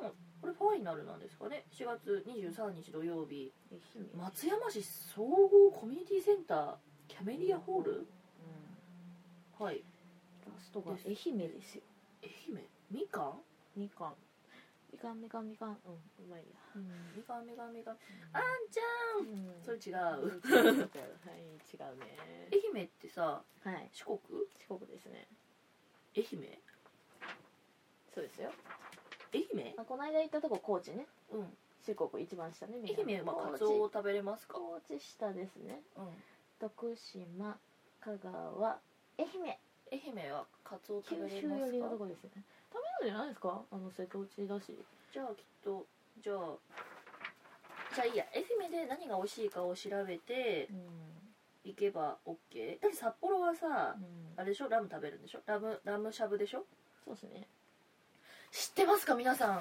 [SPEAKER 2] もうこれファイナルなんですかね4月23日土曜日
[SPEAKER 1] 愛媛
[SPEAKER 2] 松山市総合コミュニティセンターキャメリアホール
[SPEAKER 1] うん
[SPEAKER 2] はい
[SPEAKER 1] ラストが愛媛ですよ
[SPEAKER 2] 愛媛みかん、
[SPEAKER 1] みかんみかんみかんみかんうんうまいや
[SPEAKER 2] うん、みかんみかんみかんあんちゃん
[SPEAKER 1] うん
[SPEAKER 2] それ違
[SPEAKER 1] うん違う違うはい違う
[SPEAKER 2] う
[SPEAKER 1] ね
[SPEAKER 2] 愛媛ってさ
[SPEAKER 1] はい
[SPEAKER 2] 四国
[SPEAKER 1] 四国ですね
[SPEAKER 2] 愛媛
[SPEAKER 1] そうですよ
[SPEAKER 2] 愛媛
[SPEAKER 1] まあこの間行ったとこ高知ね
[SPEAKER 2] うん
[SPEAKER 1] 四国一番下ね
[SPEAKER 2] 愛媛はカ
[SPEAKER 1] 高
[SPEAKER 2] ツ
[SPEAKER 1] 知
[SPEAKER 2] オを食べれますか
[SPEAKER 1] 高知下ですね
[SPEAKER 2] うん
[SPEAKER 1] 徳島香川愛媛
[SPEAKER 2] 愛媛はカツオ
[SPEAKER 1] 九
[SPEAKER 2] 食べれ
[SPEAKER 1] 州
[SPEAKER 2] ま
[SPEAKER 1] 寄
[SPEAKER 2] す
[SPEAKER 1] りの
[SPEAKER 2] か
[SPEAKER 1] とこですね食べるんじゃないですかあの瀬戸内だし
[SPEAKER 2] じゃあきっとじゃあじゃあいいや愛媛で何が美味しいかを調べて
[SPEAKER 1] うん、
[SPEAKER 2] 行けば OK だって札幌はさ
[SPEAKER 1] うん
[SPEAKER 2] あれでしょラム食べるんでしょラムラムしゃぶでしょ
[SPEAKER 1] そうですね、
[SPEAKER 2] 知ってますか皆さん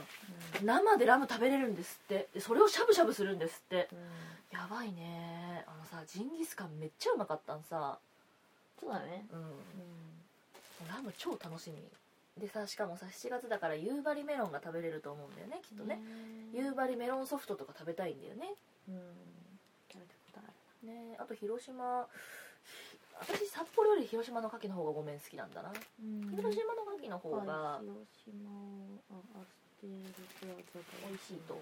[SPEAKER 2] 生でラム食べれるんですってでそれをしゃぶしゃぶするんですって
[SPEAKER 1] うん
[SPEAKER 2] やばいねあのさジンギスカンめっちゃうまかったんさ
[SPEAKER 1] そうだね
[SPEAKER 2] うん
[SPEAKER 1] う
[SPEAKER 2] ラム超楽しみでさしかもさ7月だから夕張メロンが食べれると思うんだよねきっと
[SPEAKER 1] ん
[SPEAKER 2] ね夕張メロンソフトとか食べたいんだよね
[SPEAKER 1] うん食べたことある
[SPEAKER 2] ねあと広島私札幌より広島の牡蠣の方がごめん好きなんだな、広島の牡蠣の方が
[SPEAKER 1] はい広島あアステールプラザが
[SPEAKER 2] 美味しいと思う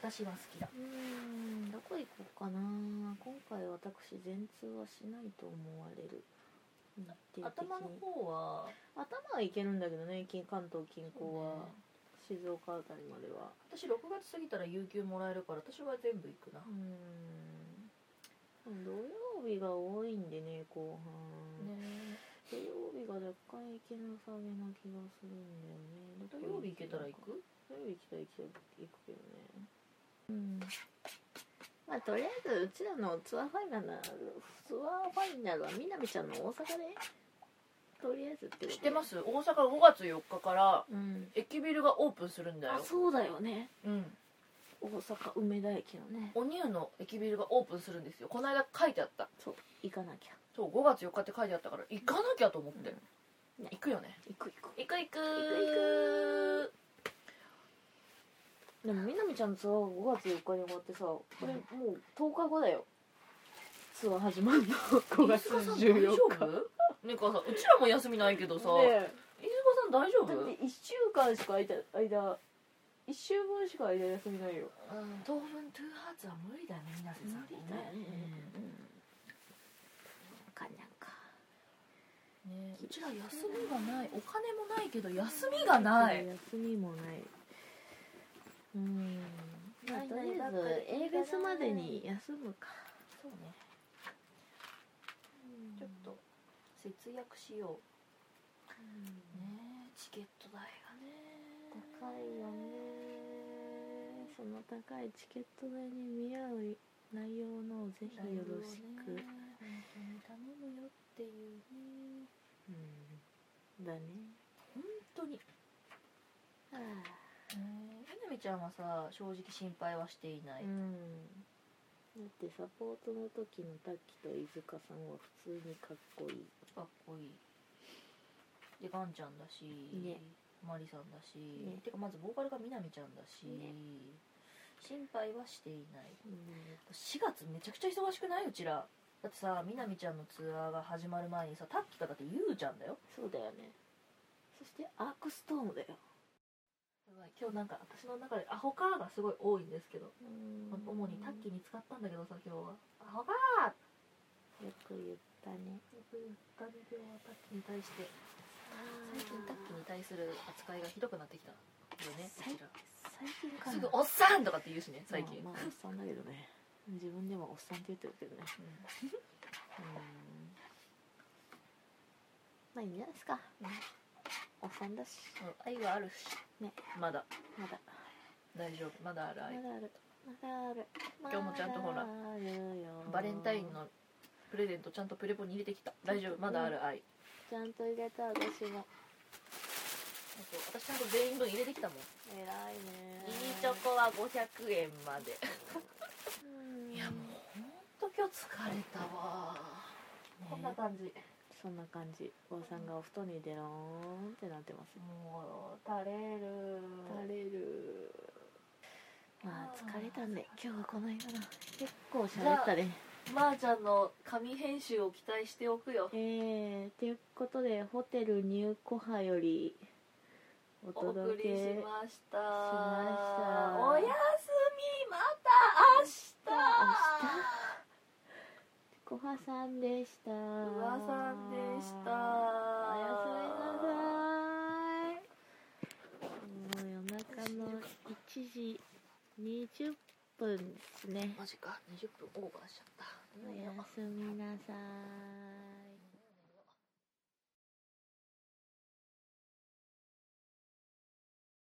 [SPEAKER 2] 私は好きだ
[SPEAKER 1] うんどこ行こうかな今回私全通はしないと思われる日程的に
[SPEAKER 2] 頭の方は
[SPEAKER 1] 頭はいけるんだけどね近関東近郊は、静岡あたりまでは
[SPEAKER 2] 私6月過ぎたら有給もらえるから私は全部行く
[SPEAKER 1] う、
[SPEAKER 2] な
[SPEAKER 1] ーん土曜日が多いんでね後半、
[SPEAKER 2] ね
[SPEAKER 1] 土曜日が若干行けなさげな気がするんだよね
[SPEAKER 2] 土曜日行けたら行く
[SPEAKER 1] 土曜日行きたい行きたい行くけどねうんまあとりあえずうちらのツアーファイナルツアーファイナルはみなみちゃんの大阪でとりあえずってことで
[SPEAKER 2] 知ってます大阪5月4日から
[SPEAKER 1] うん
[SPEAKER 2] 駅ビルがオープンするんだよ
[SPEAKER 1] あそうだよね
[SPEAKER 2] うん
[SPEAKER 1] 大阪梅田駅のね
[SPEAKER 2] おニューの駅ビルがオープンするんですよこの間書いてあった
[SPEAKER 1] そう行かなきゃ
[SPEAKER 2] そう5月4日って書いてあったから行かなきゃと思って、
[SPEAKER 1] うんね
[SPEAKER 2] 行くよね
[SPEAKER 1] 行く行く
[SPEAKER 2] 行く行く
[SPEAKER 1] 行でもみなみちゃんのツアーが5月4日に終わってさこれもう10日後だよツアー始まるの5月14日
[SPEAKER 2] ねえ母さんうちらも休みないけどさ、飯
[SPEAKER 1] ね
[SPEAKER 2] 塚さん大
[SPEAKER 1] え
[SPEAKER 2] 丈
[SPEAKER 1] だっ
[SPEAKER 2] 夫
[SPEAKER 1] て1週間しか間間1週分しか間休みないよ
[SPEAKER 2] 当分トゥーハーツは無理だね皆さん
[SPEAKER 1] かなんか
[SPEAKER 2] ねうちら休みがないお金もないけど休みがない
[SPEAKER 1] 休みもないうんまあ
[SPEAKER 2] ない
[SPEAKER 1] と
[SPEAKER 2] ない
[SPEAKER 1] りあえずエーベスまでに休むか
[SPEAKER 2] そうねちょっと節約しよ
[SPEAKER 1] うん
[SPEAKER 2] うねチケット代がね
[SPEAKER 1] 高いよねその高いチケット代に見合う内容のをぜひよろしく、
[SPEAKER 2] ね本当に頼むよっていうね
[SPEAKER 1] うんだね
[SPEAKER 2] 本当にね
[SPEAKER 1] は
[SPEAKER 2] えみなみちゃんはさ正直心配はしていな
[SPEAKER 1] あ
[SPEAKER 2] い、
[SPEAKER 1] うんだってサポートの時のタッキと飯塚さんは普通にかっこいい
[SPEAKER 2] かっこいいでガンちゃんだし、
[SPEAKER 1] ね
[SPEAKER 2] マリさんだし、
[SPEAKER 1] ね
[SPEAKER 2] てかまずボーカルがみなみちゃんだし、
[SPEAKER 1] ね
[SPEAKER 2] 心配はしていない
[SPEAKER 1] うん
[SPEAKER 2] 4月めちゃくちゃ忙しくないうちらだってさみなみちゃんのツアーが始まる前にさタッキーがだってゆうちゃんだよ
[SPEAKER 1] そうだよねそしてアークストームだよ
[SPEAKER 2] 今日なんか私の中でアホカーがすごい多いんですけど
[SPEAKER 1] うん
[SPEAKER 2] 主にタッキーに使ったんだけどさ今日はアホカ
[SPEAKER 1] よ
[SPEAKER 2] ー
[SPEAKER 1] く言ったね
[SPEAKER 2] タッキーはタッキーに対して最近タッキーに対する扱いがひどくなってきたよねう
[SPEAKER 1] 最
[SPEAKER 2] ちら
[SPEAKER 1] 最近かな
[SPEAKER 2] すぐ「おっさん!」とかって言うしね最近、
[SPEAKER 1] まあ、まあおっさんだけどね自分でもおっさんって言ってるけどね
[SPEAKER 2] うん
[SPEAKER 1] うんまあいいんじゃないですか、
[SPEAKER 2] うん
[SPEAKER 1] おっさんだし
[SPEAKER 2] うん愛はあるし、
[SPEAKER 1] ね
[SPEAKER 2] まだ
[SPEAKER 1] まだ
[SPEAKER 2] 大丈夫まだある
[SPEAKER 1] ま
[SPEAKER 2] 愛
[SPEAKER 1] だあるまだある
[SPEAKER 2] 今日もちゃんとほら
[SPEAKER 1] まだあるよ
[SPEAKER 2] バレンタインのプレゼントちゃんとプレポに入れてきた大丈夫まだある愛、
[SPEAKER 1] ちゃんと入れた私も
[SPEAKER 2] そう私ちゃんと全員分入れてきたもん
[SPEAKER 1] 偉いね
[SPEAKER 2] いいチョコは500円まで
[SPEAKER 1] うん
[SPEAKER 2] いやもうほんと今日疲れたわ、こんな感じ
[SPEAKER 1] そんな感じおさんがお布団にデローンってなってます
[SPEAKER 2] もう垂れる
[SPEAKER 1] 疲れるまあ疲れたんで今日はこの辺かな結構喋ったね
[SPEAKER 2] まー、ちゃんの紙編集を期待しておくよ
[SPEAKER 1] えー、ということでホテルニューコハよりお
[SPEAKER 2] お送
[SPEAKER 1] 届
[SPEAKER 2] り
[SPEAKER 1] け
[SPEAKER 2] しまし
[SPEAKER 1] ました
[SPEAKER 2] たおやすみまた明日
[SPEAKER 1] コハさんでした
[SPEAKER 2] うわさんでした
[SPEAKER 1] おやすみなさいもう夜中の1時20分ですね
[SPEAKER 2] マジか20分オーバーしちゃった
[SPEAKER 1] おやすみなさい